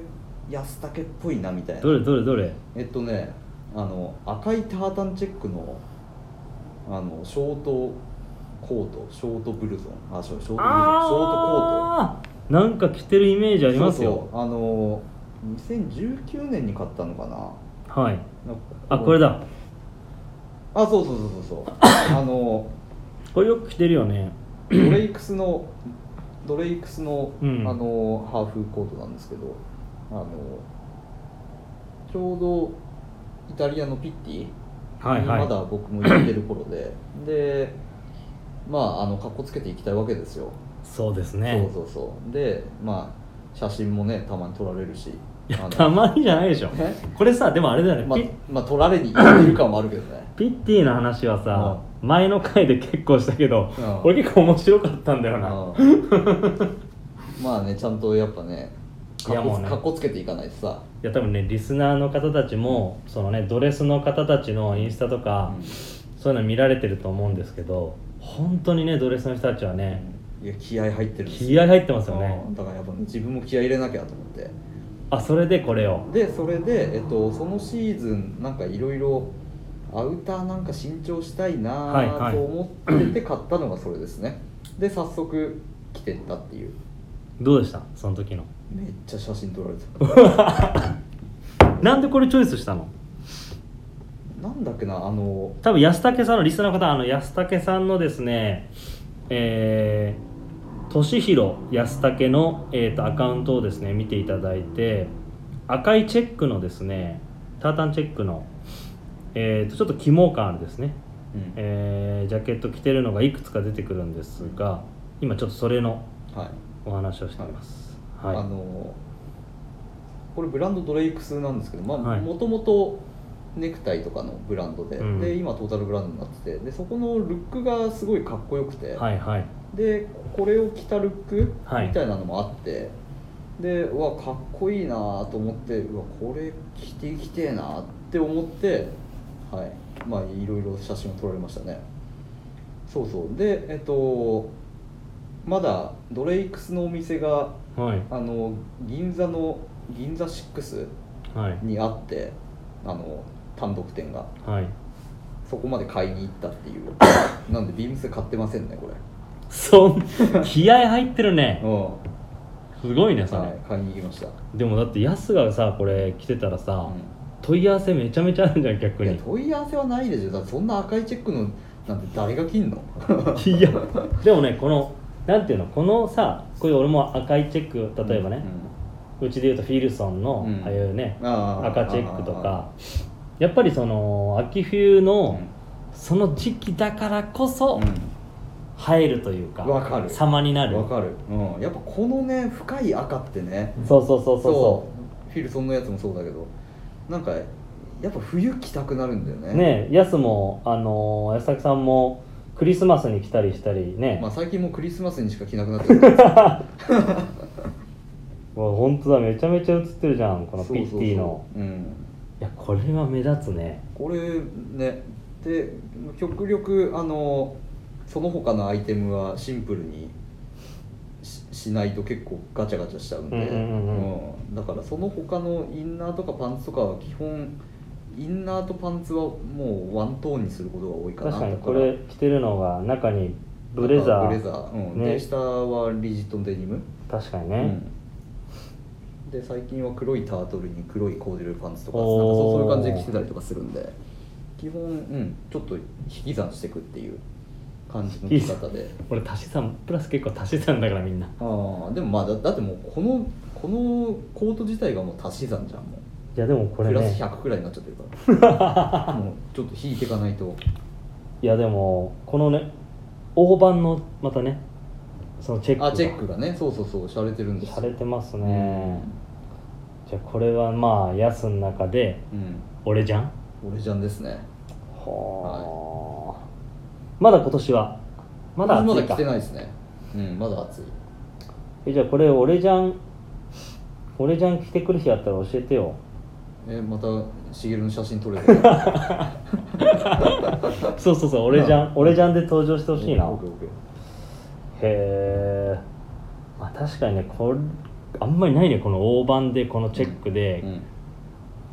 B: 安武っぽいなみたい
A: ど
B: な
A: れどれどれ
B: えっとねあの赤いタータンチェックのあのショートコートショートブルゾンあそうショートブルゾンショートコート
A: あーなんか着てるイメージあります
B: そう
A: よ
B: そうあの2019年に買ったのかな
A: はい
B: なんか
A: あこれだ
B: あそうそうそう そうそうあの
A: これよく着てるよね
B: ドレイクスのドレイクスの,、
A: うん
B: あのハーフコートなんですけどあのちょうどイタリアのピッティ
A: はいはい
B: まだ僕も行ってる頃ででまああのかっこつけていきたいわけですよ
A: そうですね
B: そうそうそうでまあ写真もねたまに撮られるしあの
A: たまにじゃないでしょ
B: え
A: これさでもあれだよね、
B: まあ
A: ピッ、
B: まあ、取られに行ってる感もあるけどね
A: ピッティの話はさ、前の回で結構したけど、
B: うん
A: これ結構面白かったんだよな、
B: うんまあねちゃんとやっぱね
A: いや
B: かっこ
A: もうね
B: かっこつけていかないとさ、
A: いや多分ねリスナーの方たちもそのねドレスの方たちのインスタとか、そういうの見られてると思うんですけど本当にねドレスの人たちはね
B: いや気合入ってるんですよ
A: 気合入ってますよね
B: うんだからやっぱ、ね、自分も気合入れなきゃと思って
A: あそれでこれを
B: でそれで、えっと、そのシーズンなんかいろいろアウターなんか新調したい
A: はいは
B: ないと思ってて買ったのがそれですね、で早速着てったっていう
A: どうでしたその時の
B: めっちゃ写真撮られてた
A: なんでこれチョイスしたの
B: なんだっけなあの
A: 多分安武さんのリスナーの方あの安武さんのですねえー、俊弘安武の、えー、とアカウントをですね見ていただいて赤いチェックのですねタータンチェックの、えー、とちょっと肝感あるですね、
B: うん
A: えージャケット着てるのがいくつか出てくるんですが今ちょっとそれの
B: はい
A: お話をしていますはい、
B: あのこれブランドドレイクスなんですけどまあ
A: はい
B: もともとネクタイとかのブランドで,、
A: うん
B: で今トータルブランドになっててでそこのルックがすごいかっこよくて、
A: はいはい
B: でこれを着たルック
A: はい
B: みたいなのもあって、でうわかっこいいなと思ってうわこれ着ていきてえなって思ってはいまあいろいろ写真を撮られましたねそうそうでえっとまだドレイクスのお店が
A: はい
B: あの銀座の銀座6
A: はい
B: にあってあの単独店が
A: はい
B: そこまで買いに行ったっていうなんでビームスで買ってませんねこれ
A: そん気合入ってるね
B: うんは
A: すごいねそれ、
B: い買いに行きました、
A: でもだってヤスがさこれ着てたらさ、
B: う
A: 問い合わせめちゃめちゃあるじゃん逆
B: ん、いや
A: に
B: 問い合わせはないでしょだってそんな赤いチェックのなんて誰が着んの
A: いやでもねこのなんていうのこのさこういう俺も赤いチェック例えばね、うちでいうとフィルソンの、
B: うん
A: ああいうね
B: うん、あー
A: 赤チェックとかやっぱりその秋冬
B: うん
A: の、その時期だからこそ映えるというか,、
B: わかる
A: 様にな
B: うん
A: る
B: わかる、うん、やっぱこのね深い赤ってね
A: そうそうそうそうそ
B: フィルソンのやつもそうだけどなんかやっぱ冬着たくなるんだよ
A: う
B: ね
A: ねえヤスもあのー安作さんもクリスマスに来たりしたりね、
B: まあ、最近もうクリスマスにしか着なくなっちゃ った
A: わ本当だめちゃめちゃ映ってるじゃんこのピッティの
B: そうそうそううん
A: いやこれは目立つね
B: これねで極力あのその他のアイテムはシンプルにししないと結構ガチャガチャしちゃうんで、
A: うんうんうんう
B: うんだからその他のインナーとかパンツとかは基本インナーとパンツはもうワントーンにすることが多いかな
A: 確かに
B: だら
A: これ着てるのが中にブレザー
B: ブレザー、うん
A: ね
B: で下はリジットデニム、
A: 確かに
B: う
A: ね、
B: ん、で最近は黒いタートルに黒いコーデュロイパンツとかなんか
A: おー
B: そうそういう感じで着てたりとかするんで基本、うん、ちょっと引き算していくっていう感じの着方で。
A: 俺足し算プラス結構足し算だからみんな
B: ああでもまあだだってもうこのこのコート自体がもう足し算じゃんもう
A: いやでもこれ
B: プラス
A: ね
B: 100くらいになっちゃってるから もうちょっと引いていかないと
A: いやでもこのね大判のまたねそのチェックが
B: あチェックがねそうそうそう洒落てるんです
A: されてます
B: す
A: ね、じゃあこれはまあやすの中で
B: うん、
A: 俺じゃん
B: うん、俺じゃんですね
A: はあ、まだ今年はまだ
B: ま
A: 暑い
B: だ
A: か
B: 着てないですねうんまだ暑い
A: えじゃあこれ俺じゃん俺じゃん着てくる日あったら教えてよ
B: えまたしげるの写真 撮れたら
A: そうそうそう俺じゃ
B: うん
A: ん俺じゃんで登場してほしいな
B: オッケーオッケーオッケー
A: へえ、まあ、確かにねこれあんまりないねこの大判でこのチェックで、
B: うん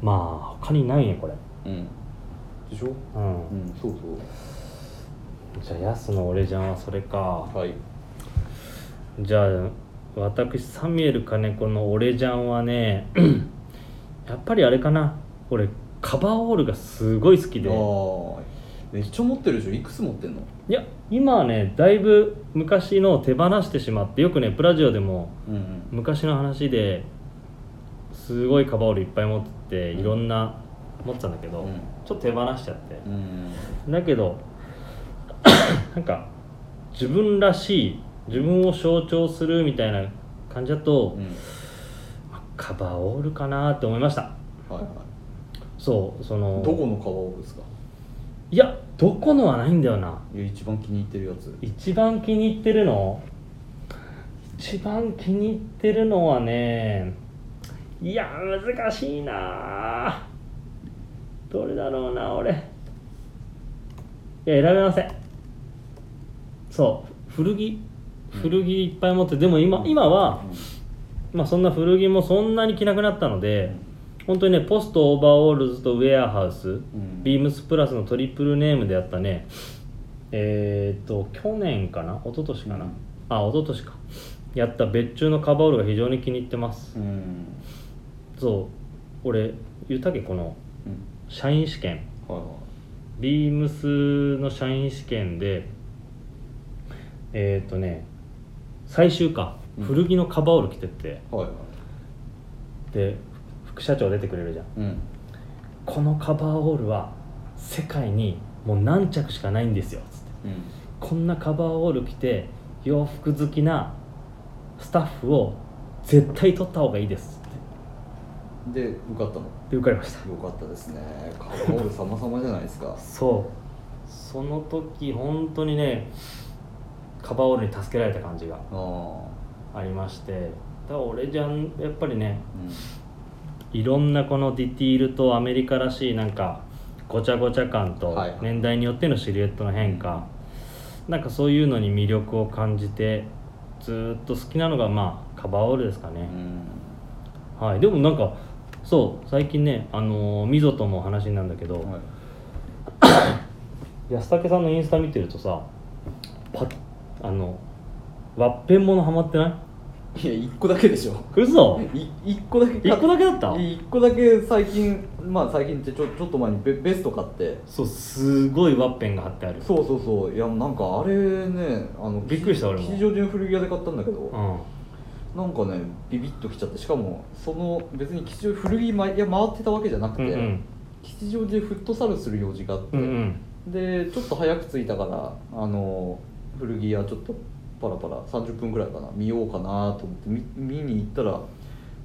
A: まあ他にないねこれ
B: うんでしょ
A: う、
B: うんんそう
A: じゃあやすの俺じゃんはそれか
B: そうはい
A: じゃあ私サミュエル金子の俺じゃんはねやっぱりあれかな俺カバーオールがすごい好きで
B: ああめっちゃ持ってるでしょいくつ持ってんの
A: いや今はねだいぶ昔のを手放してしまってよくねプラジオでも
B: うんうん
A: 昔の話ですごいカバーオールいっぱい持ってて
B: うん
A: いろんな持ってたんだけど、
B: うん
A: ちょっと手放しちゃって
B: うん
A: だけど なんか自分らしい自分を象徴するみたいな感じだと、
B: うん
A: カバーオールかなって思いました
B: はいはい
A: そうその
B: どこの革をですか
A: いやどこのはないんだよない
B: や一番気に入ってるやつ
A: 一番気に入ってるの一番気に入ってるのはねいや難しいなどれだろうな俺いや選べませんそう古着古着いっぱい持ってでも今今は、まあ、そんな古着もそんなに着なくなったので本当にねポストオーバーオールズとウェアハウス、
B: ん
A: ビームスプラスのトリプルネームでやったねえーっと去年かな一昨年かな、
B: うん
A: あ一昨年かやった別注のカバーオールが非常に気に入ってます、
B: うん
A: そう俺言ったっけこの
B: うん
A: 社員試験
B: はいは
A: ビームスの社員試験でえーっとね最終か
B: うん
A: 古着のカバーオール着てって、
B: いはいはい
A: で副社長出てくれるじゃん
B: うん
A: このカバーオールは世界にもう何着しかないんですよつって
B: うん
A: こんなカバーオール着て洋服好きなスタッフを絶対取った方がいいですって
B: で受かったの
A: で受かりました
B: よかったですねカバーオール様々じゃないですか
A: そうその時本当にねカバーオールに助けられた感じが
B: ああ
A: ありましてだから俺じゃんやっぱりね
B: うん
A: いろんなこのディティールとアメリカらしいなんかごちゃごちゃ感と
B: はい
A: 年代によってのシルエットの変化、なんかそういうのに魅力を感じてずーっと好きなのがまあカバーオールですかね、
B: うん
A: はい、でもなんかそう最近ねあのー、みぞとも話なんだけど、
B: はい
A: 安武さんのインスタ見てるとさパッあのワッペンものハマってない
B: いや一個だけでしょ
A: 嘘
B: い一個だけ
A: 一個だけだった
B: 一個だけ最近まあ最近ってちょちょっと前にベベスト買って
A: そうすごいワッペンが貼ってある
B: そうそうそういやなんかあれねあの
A: びっくりした俺も
B: 吉祥寺の古着屋で買ったんだけど、
A: うん
B: なんかねビビッときちゃってしかもその別に吉祥古着まいや回ってたわけじゃなくて、
A: うんうん
B: 吉祥寺でフットサルする用事があって、
A: うんうん
B: でちょっと早く着いたからあの古着屋ちょっとパラパラ30分ぐらいかな見ようかなと思って見見に行ったら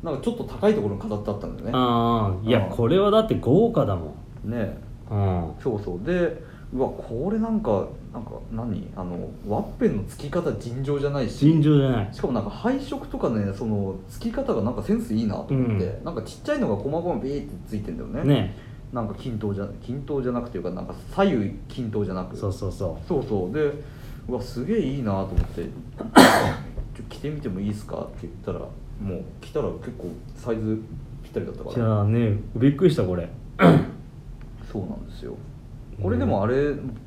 B: なんかちょっと高いところに飾ってあったんだよね
A: ああいや
B: うん
A: これはだって豪華だも
B: ね
A: んうん
B: そうそうでうわこれなんかなんか何あのワッペンの付き方尋常じゃないし
A: 尋常じゃない
B: しかもなんか配色とかねその付き方がなんかセンスいいなと思って、
A: う
B: なんかちっちゃいのが細々ビーってついてんだよね
A: ね
B: なんか均等じゃ均等じゃなくていうかなんか左右均等じゃなく
A: そうそうそ
B: そうそうでうわすげえいいなと思って「ちょ着てみてもいいですか?」って言ったらもう着たら結構サイズぴったりだったか
A: う
B: ら
A: じゃあねびっくりしたこれ
B: そうなんですよこれでもあれ、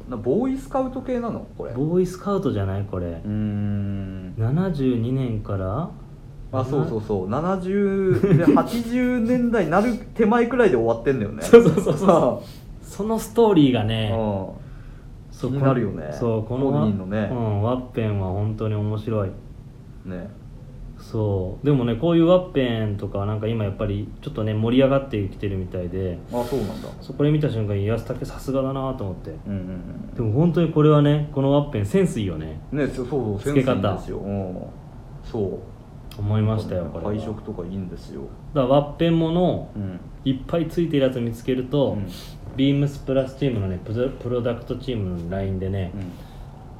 B: なボーイスカウト系なのこれう
A: ボーイスカウトじゃないこれ
B: ーん
A: 72年から
B: あそうそうそう70で 80年代になる手前くらいで終わってんだよね
A: そうそうそうそう そのストーリーが
B: う
A: ね
B: ん
A: そう
B: 気になるよね
A: そうこの
B: 本人のね
A: うん、ワッペンは本当に面白い
B: ね
A: そうでもねこういうワッペンとかなんか今やっぱりちょっとね盛り上がってきてるみたいで
B: あそうなんだ
A: そこで見た瞬間いや安武さすがだなと思って
B: うんうん
A: でも本当にこれはねこのワッペンセンスいいよね
B: うんねそうそう
A: 付
B: セ
A: け方
B: ンスいいんですよ、うん、そう
A: 思いましたよこれは
B: 配色とかいいんですよ
A: だからワッペンもの
B: うん
A: いっぱいついてるやつ見つける
B: う
A: と、
B: ん
A: ビームスプラスチームのねプロプロダクトチームの LINE でね、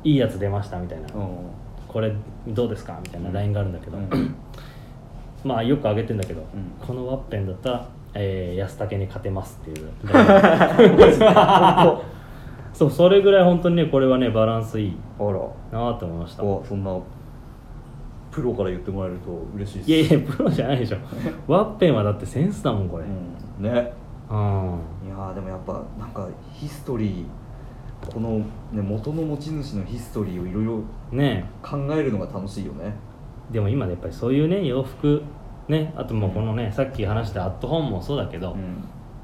A: いいやつ出ましたみたいな、
B: うん
A: これどうですかみたいな LINE があるんだけど、
B: うん
A: まあよくあげてんだけど、
B: ん
A: このワッペンだったら、えー安武に勝てますっていう そうそれぐらい本当にねこれはねバランスいい
B: あら
A: なあと思いました
B: あそんなプロから言ってもらえると嬉しいです
A: いやいやプロじゃないで しょワッペンはだってセンスだもんこれ、
B: うん、
A: うん
B: ねいやーでもやっぱなんかヒストリーこの、ね、元の持ち主のヒストリーをいろいろ
A: ね
B: 考えるのが楽しいよね
A: えでも今やっぱりそういうね洋服ねあともうこのね、さっき話したアットホームもそうだけど、
B: ん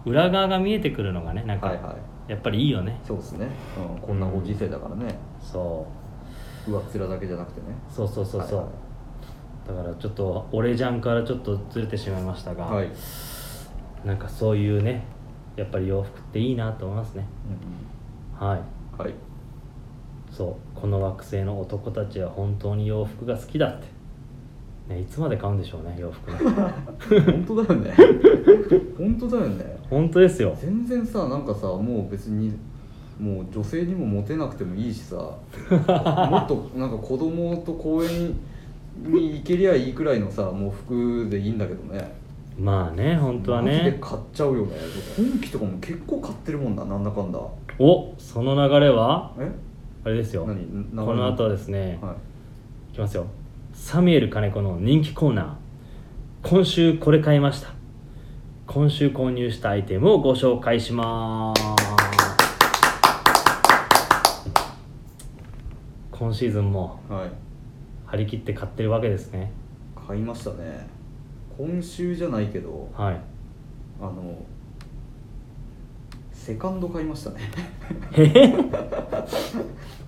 A: 裏側が見えてくるのがねなん
B: はい
A: か
B: は
A: やっぱりいいよね
B: いそうですね、うん、こんなご時世だからね
A: そ
B: 上っ面だけじゃなくてね
A: うそうそうそうそう、
B: はい
A: だからちょっと俺じゃんからちょっとずれてしまいましたが、
B: はい、うん
A: なんかそういうねやっぱり洋服っていいなと思いますねはい
B: うんはい
A: そうこの惑星の男たちは本当に洋服が好きだって、ね、いつまで買うんでしょうね洋 服ね
B: 本当だよね本当だよね
A: 本当ですよ
B: 全然さなんかさもう別にもう女性にもモテなくてもいいしさもっとなんか子供と公園に行けりゃいいくらいのさもう服でいいんだけどね
A: まあね本当は
B: マジで
A: ね
B: 買っちゃうよね本気とかも結構買ってるもんななんだかんだ
A: おその流れは
B: え
A: あれですよ
B: 何流れ
A: この後はですね、
B: はい
A: いきますよサミュエル金子の人気コーナー今週これ買いました今週購入したアイテムをご紹介します今シーズンも
B: はい
A: 張り切って買ってるわけですね
B: 買いましたね今週じゃないけど
A: はい
B: あのセカンド買いましたね
A: へへ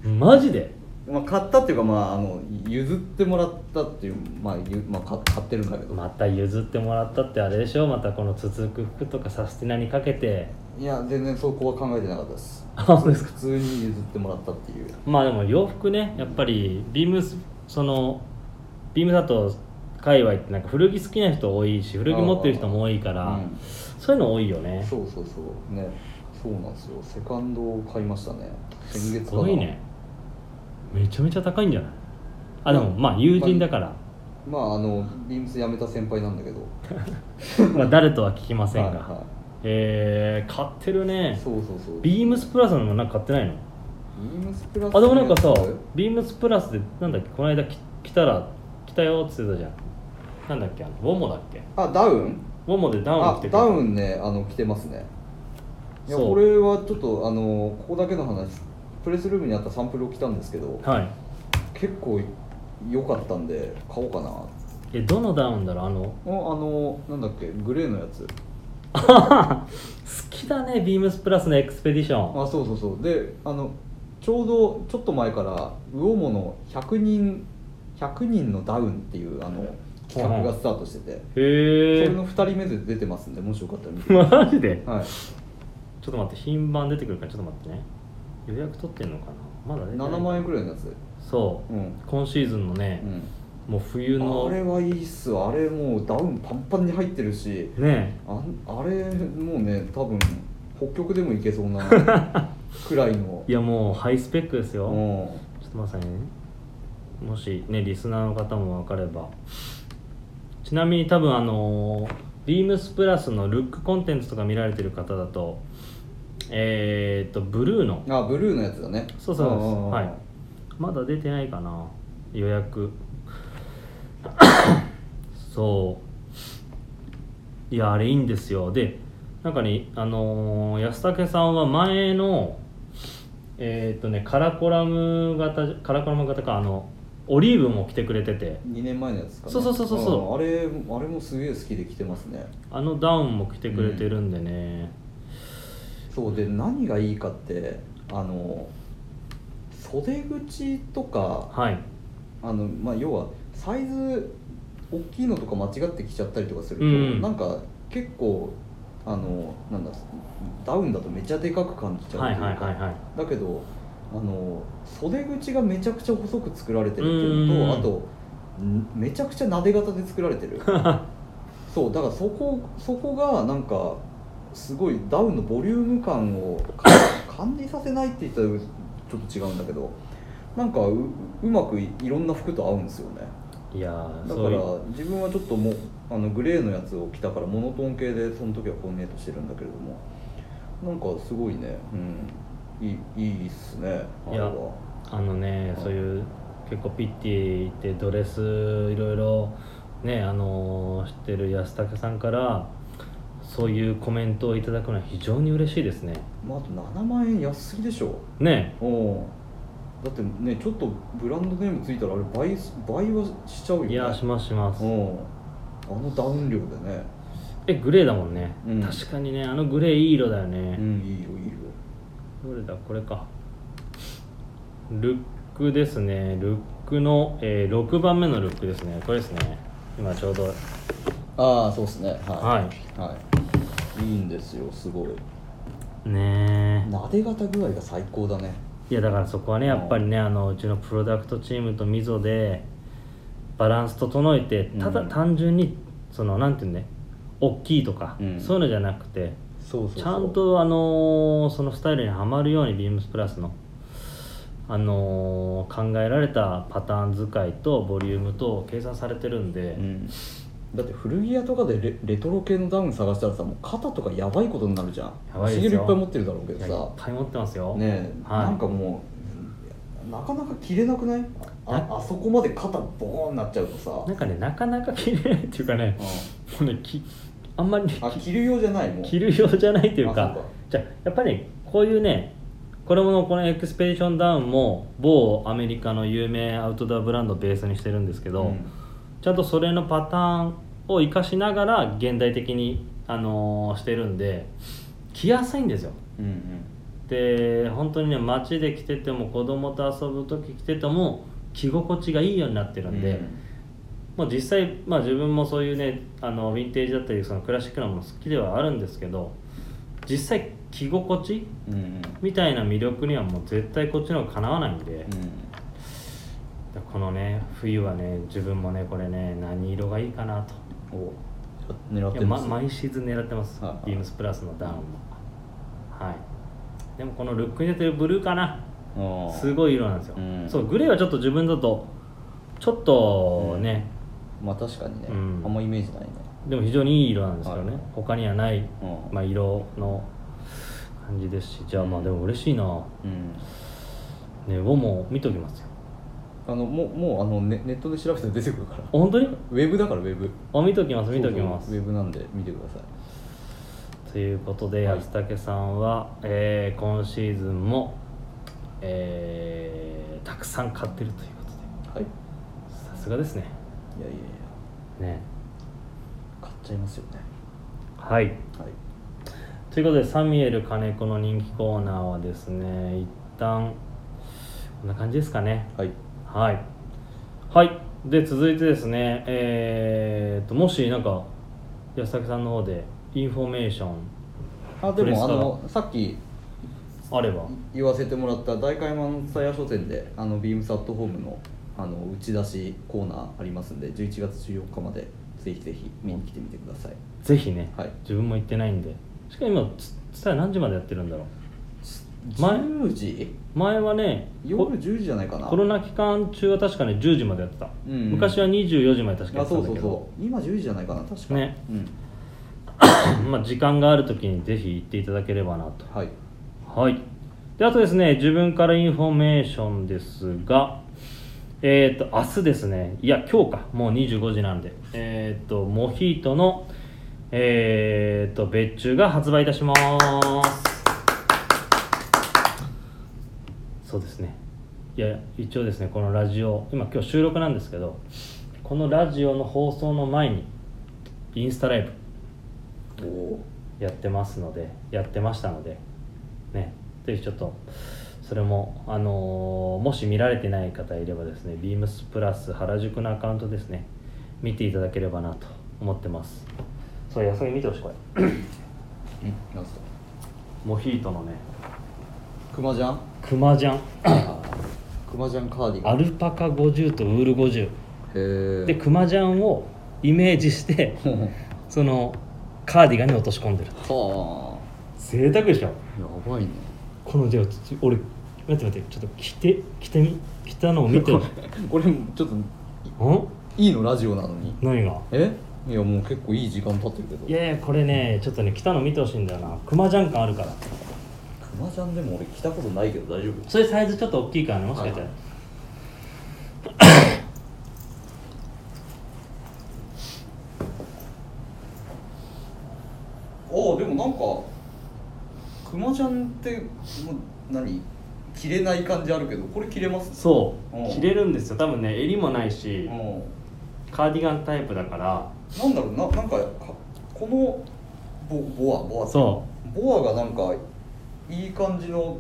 A: マジで
B: まあ買ったっていうかまああの譲ってもらったっていうまあ、ゆまあ、か買ってるんだけど
A: また譲ってもらったってあれでしょまたこの続く服とかサスティナにかけて
B: いや全然そこは考えてなかったです
A: あそうですか
B: 普通に譲ってもらったっていう
A: まあでも洋服ねやっぱりビームスそのビームだと界隈ってなんか古着好きな人多いし古着持ってる人も多いから、
B: うん
A: そういうの多いよね
B: そうそうそうねそうなんですよセカンドを買いましたね先
A: す
B: 月かな
A: ごいねめちゃめちゃ高いんじゃないあでもまあ友人だから、
B: まああのビームス辞めた先輩なんだけど
A: まあ、誰とは聞きませんが、
B: はいは
A: えー、買ってる
B: い、
A: ね
B: そうそうそう
A: ビームスプラスのもなんか買ってないの
B: ビームスプラス
A: あでもなんかさ
B: のや
A: ビームスプラスでなんだっけこの間き来たら来たよっつってたじゃんなんだっけあのウォモだっけウ
B: つあダウン
A: ォモでダウン着
B: あ
A: てくれた
B: ダウンねあの着てますねいや
A: そう
B: これはちょっとあのここだけの話プレスルームにあったサンプルを着たんですけど
A: はい
B: 結構良かったんで買おうかな
A: えどのダウンだろうあの
B: おあのなんだっけグレーのやつ
A: 好きだねビームスプラスのエクスペディション
B: あそうそうそうであのちょうどちょっと前から魚モの100人100人のダウンっていうあの企画がスタートしてて、
A: へ
B: それ
A: え
B: の2人目で出てますんでもしよかったら見て
A: マジで
B: はい
A: ちょっと待って品番出てくるからちょっと待ってね予約取ってんのかなまだ出てない
B: 7万円くらいのやつ
A: そ
B: うん
A: う今シーズンのね
B: う、ん
A: もう冬の
B: あ
A: ね
B: れはいいっすあれもうダウンパンパンに入ってるし
A: え
B: あんあれもうね多分北極でもいけそうな くらいの
A: いやもうハイスペックですよ、
B: うん
A: ちょっとまさにねもしねリスナーの方も分かればちなみに多分あのービームスプラスのルックコンテンツとか見られてる方だとえー、っとブルーの
B: あブルーのやつだね
A: そうそうです
B: んんん
A: はいまだ出てないかな予 約そういやあれいいんですよでなんかね、あのー安武さんは前のえーっとねカラコラム型カラコラム型かあのオリーブも来てくれてて
B: 2年前のやつかな
A: そうそうそうそうそう
B: ああれあれもすげえ好きで着てますね
A: あのダウンも来てくれてるんでね、
B: そうで何がいいかってあの袖口とか
A: はい
B: あの、まあ、要はサイズ大きいのとか間違って着ちゃったりとかすると、
A: うん
B: なんか結構あのなんだダウンだとめちゃでかく感じちゃう
A: はい
B: と
A: はいいう
B: か、
A: はいはい
B: だけどあの袖口がめちゃくちゃ細く作られてるっていうのとあとんめちゃくちゃなで型で作られて るそうだからそこそこがなんかすごいダウンのボリューム感をか 感じさせないって言ったらちょっと違うんだけどなんかううまくいいろんな服と合うんですよね
A: いやー
B: だ
A: そ
B: か
A: うい
B: ら
A: う
B: 自分はちょっともうあのグレーのやつを着たからモノトーン系でその時はコーディネートしてるんだけれどもなんかすごいね、うん、いいいいっすねあれ
A: い
B: は
A: やあのね、
B: うん
A: そういう結構ピッティってドレスいろいろねあのー知ってる安武さんからそういうコメントをいただくのは非常に嬉しいですね
B: まあ、あと7万円安すぎでしょ
A: ね
B: うんだってねちょっとブランドネームついたらあれ倍す倍はしちゃうよね
A: いやーしますします
B: うんあのダウン量でね
A: えグレーだもんね、
B: うん
A: 確かにねあのグレーいい色だよね
B: う、んいい色いい色
A: どれだこれかルックですねルックの、えー6番目のルックですねこれですね今ちょうど
B: ああそうっすねは、
A: はい
B: はい、いいんですよすごい
A: いね
B: 撫で型具合が最高だね
A: えいやだからそこはねやっぱりねあのうちのプロダクトチームと溝でバランス整えてただ
B: うん
A: 単純にそのなんていうのね大きいとか、
B: うん
A: そういうのじゃなくて
B: そうそうそう
A: ちゃんとあのーそのスタイルにはまるようにビームスプラスの、あのー考えられたパターン使いとボリュームと計算されてるんで、
B: うんだって古着屋とかでレレトロ系のダウン探したらさもう肩とかやばいことになるじゃん
A: やばいですよ
B: 茂いっぱい持ってるだろうけ
A: いやいっ
B: ど
A: ぱい持ってますよ、
B: さねえ、
A: はい
B: なんかもうなかなか着れなくないああそこまで肩ボーンなっちゃうとさ、
A: なんかねなかなか着れないっていうかね
B: う
A: もうねきあんまりね
B: ん、あ着るようじゃないもう
A: 着るようじゃないっていう
B: あ
A: か
B: そうか
A: じゃあやっぱりこういうねこれものこのエクスペディションダウンも某アメリカの有名アウトドアブランドをベースにしてるんですけど、
B: うん
A: ちゃんとそれのパターンを生かしながら現代的に、あのーしてるんで着やすいんですよ
B: うんうん
A: で本当にね街で着てても子供と遊ぶ時着てても着心地がいいようになってるんで、もう実際、まあ、自分もそういうねあのヴィンテージだったりそのクラシックなもの好きではあるんですけど実際着心地
B: うんうん
A: みたいな魅力にはもう絶対こっちの方がかなわないんで、
B: う
A: このね冬はね自分もねこれね何色がいいかなと
B: んお狙っ
A: い
B: て
A: や、
B: ま、
A: ます毎シーズン狙ってます、
B: はいはい
A: ビームスプラスのダウンも、はいでもこのルックに出てるブルーかな
B: うん
A: すごい色なんですよ、
B: うん
A: そうグレーはちょっと自分だとちょっとね、
B: まあ確かにね、
A: うん
B: あんまイメージないね
A: でも非常にいい色なんですけどね、
B: はいはい
A: 他にはない、
B: うん
A: まあ、色の感じですしじゃあまあでも嬉しいな、
B: うん
A: ね、ウォも見ときますよ
B: あのもうもうあのネネットで調べたら出てくるから
A: あ本当に
B: ウェブだからウェブ
A: あ見ときます見ときます
B: そうそうウェブなんで見てください
A: ということで、
B: はい
A: 安武さんは、えー今シーズンも、えーたくさん買ってるということ
B: はいい
A: でさすがですね
B: やいやいや
A: ね
B: 買っちゃいますよね
A: はい
B: はい
A: ということでサミュエル金子の人気コーナーはですね一旦こんな感じですかね
B: はい
A: はいはいで続いてですねえーっともしなんか安武さんの方でインフォメーション
B: あ
A: プ
B: で
A: レス
B: も
A: か
B: あ
A: ら
B: のさっき
A: あれば
B: 言わせてもらった大会満ツタヤ書店であのビームサットホームのあの打ち出しコーナーありますんで11月14日までぜひぜひ見に来てみてください
A: ぜひね、
B: はい
A: 自分も行ってないんでしかも今つつたや何時までやってるんだろう前
B: 10時
A: 前はね
B: 夜
A: コ
B: 10時じゃないかな
A: コロナ期間中は確かね10時までやってた、
B: うんうん
A: 昔は24時まで確かや
B: あ
A: ってたん
B: そう
A: だ
B: そう
A: けど
B: そう今10時じゃないかな確か
A: ね
B: うん
A: まあ時間がある時にぜひ行っていただければなと
B: はい
A: はいであとですね自分からインフォメーションですがえっ、と明日ですねいや今日かもう25時なんでえっ、とモヒートのえー、と別注が発売いたしますそうですねいや一応ですねこのラジオ今今日収録なんですけどこのラジオの放送の前にインスタライブやってますのでやってましたのでねぜひちょっとそれもあのーもし見られてない方いればですねビームスプラス原宿のアカウントですね見ていただければなと思ってますそう安井見てほしいこれ
B: うんなんすか
A: モヒートのね
B: クマジャン
A: クマジャン
B: クマジャンカーディガン
A: アルパカ50とウール50
B: へえ
A: でクマジャンをイメージ してそのカーディガンに落とし込んでる
B: は
A: 贅沢でしょ
B: あやばいね
A: このじゃあちょ俺待って待ってちょっと着て着てみ着たのを 見てうん
B: これちょっといいのラジオなのに
A: 何が
B: えいやもう結構いい時間経ってるけど
A: いやいやこれねちょっとね着たの見てほしいんだよなクマジャン感あるから
B: クマジャンでも俺着たことないけど大丈夫
A: それサイズちょっと大きいからねもしかしたら、
B: はいああでもなんかクマジャンってもう何着れない感じあるけどこれ着れます
A: そ
B: うん
A: う着れるんですよ多分ね襟もないし
B: うん
A: カーディガンタイプだから
B: なんだろうななんかかこのボボアボア
A: そう
B: ボアがなんかいい感じの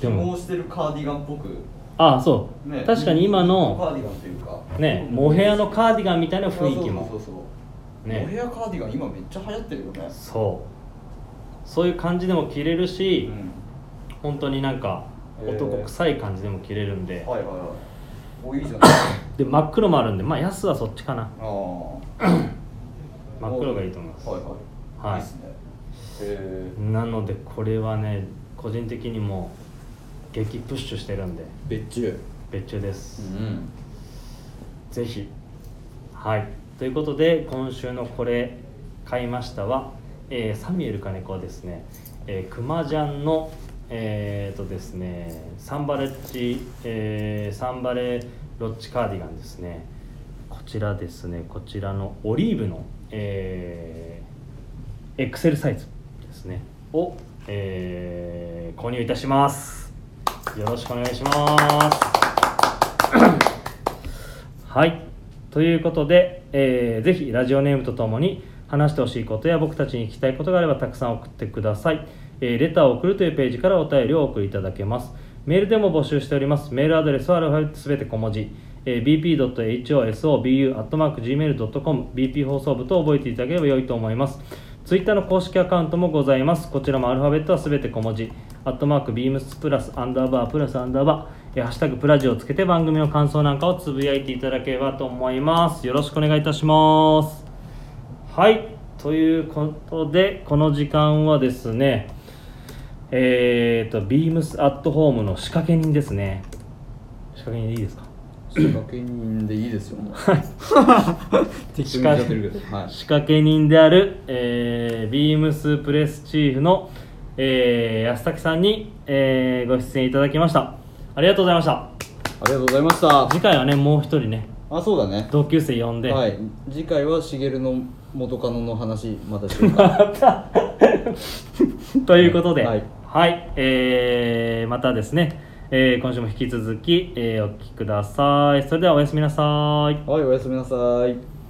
A: で
B: 希
A: も
B: 望してるカーディガンっぽく、
A: ああそう、
B: ね、
A: 確かに今
B: カ
A: の
B: ーディガンというか
A: ねモヘアのカーディガンみたいな
B: あそう
A: 雰囲気
B: そ
A: も
B: うそうそう、
A: ね
B: モヘアカーディガン今めっちゃ流行ってるよね
A: そうそういう感じでも着れるし、
B: うん
A: 本当になんか
B: へー
A: 男臭い感じでも着れるんで、
B: はいはいはいおいいじゃない
A: で真っ黒もあるんでまあ安はそっちかな
B: ああ
A: 真っ黒がいいと思います、
B: はいはい、
A: はい
B: いですねへ
A: なのでこれはね個人的にもう激プッシュしてるんで
B: え別注
A: 別注です、
B: ん
A: ぜひはいということで今週の「これ買いましたは」えーサミュエル金子はですね、えー、クマジャンのえー、とですねサンバレッジ、えーサンバレロッチカーディガンですねこちらですねこちらのオリーブのえーエクセルサイズですねを、えー購入いたしますよろしくお願いしますはい。ということで、えーぜひラジオネームとともに話してほしいことや僕たちに聞きたいことがあればたくさん送ってください。えーレターを送るというページからお便りをお送りいただけます。メールでも募集しております。メールアドレスはアルファベットすべて小文字。えー bp.hosobu.gmail.com bp 放送部と覚えていただければ良いと思います。ツイッターの公式アカウントもございます。こちらもアルファベットはすべて小文字。アットマークビームスプラスアンダーバープラスアンダーバー、えーハッシュタグプラジをつけて番組の感想なんかをつぶやいていただければと思います。よろしくお願いいたします。はい。ということで、この時間はですね、えーと、ビームスアットホームの仕掛け人ですね。仕掛け人でいいですか
B: 仕掛け人でいいですよもう 適当に言っちゃってるけどはい
A: 仕掛け人である、えービームスプレスチーフの、えー安崎さんに、えーご出演いただきましたありがとうございました
B: ありがとうございました
A: 次回はねもう一人ね
B: あそうだね
A: 同級生呼んで、
B: はい次回はしげるの元カノの話またしよう か
A: ということで、は
B: はいい、
A: えーまたですね、えー今週も引き続き、えーお聞きくださいそれではおやすみなさい
B: はいおやすみなさい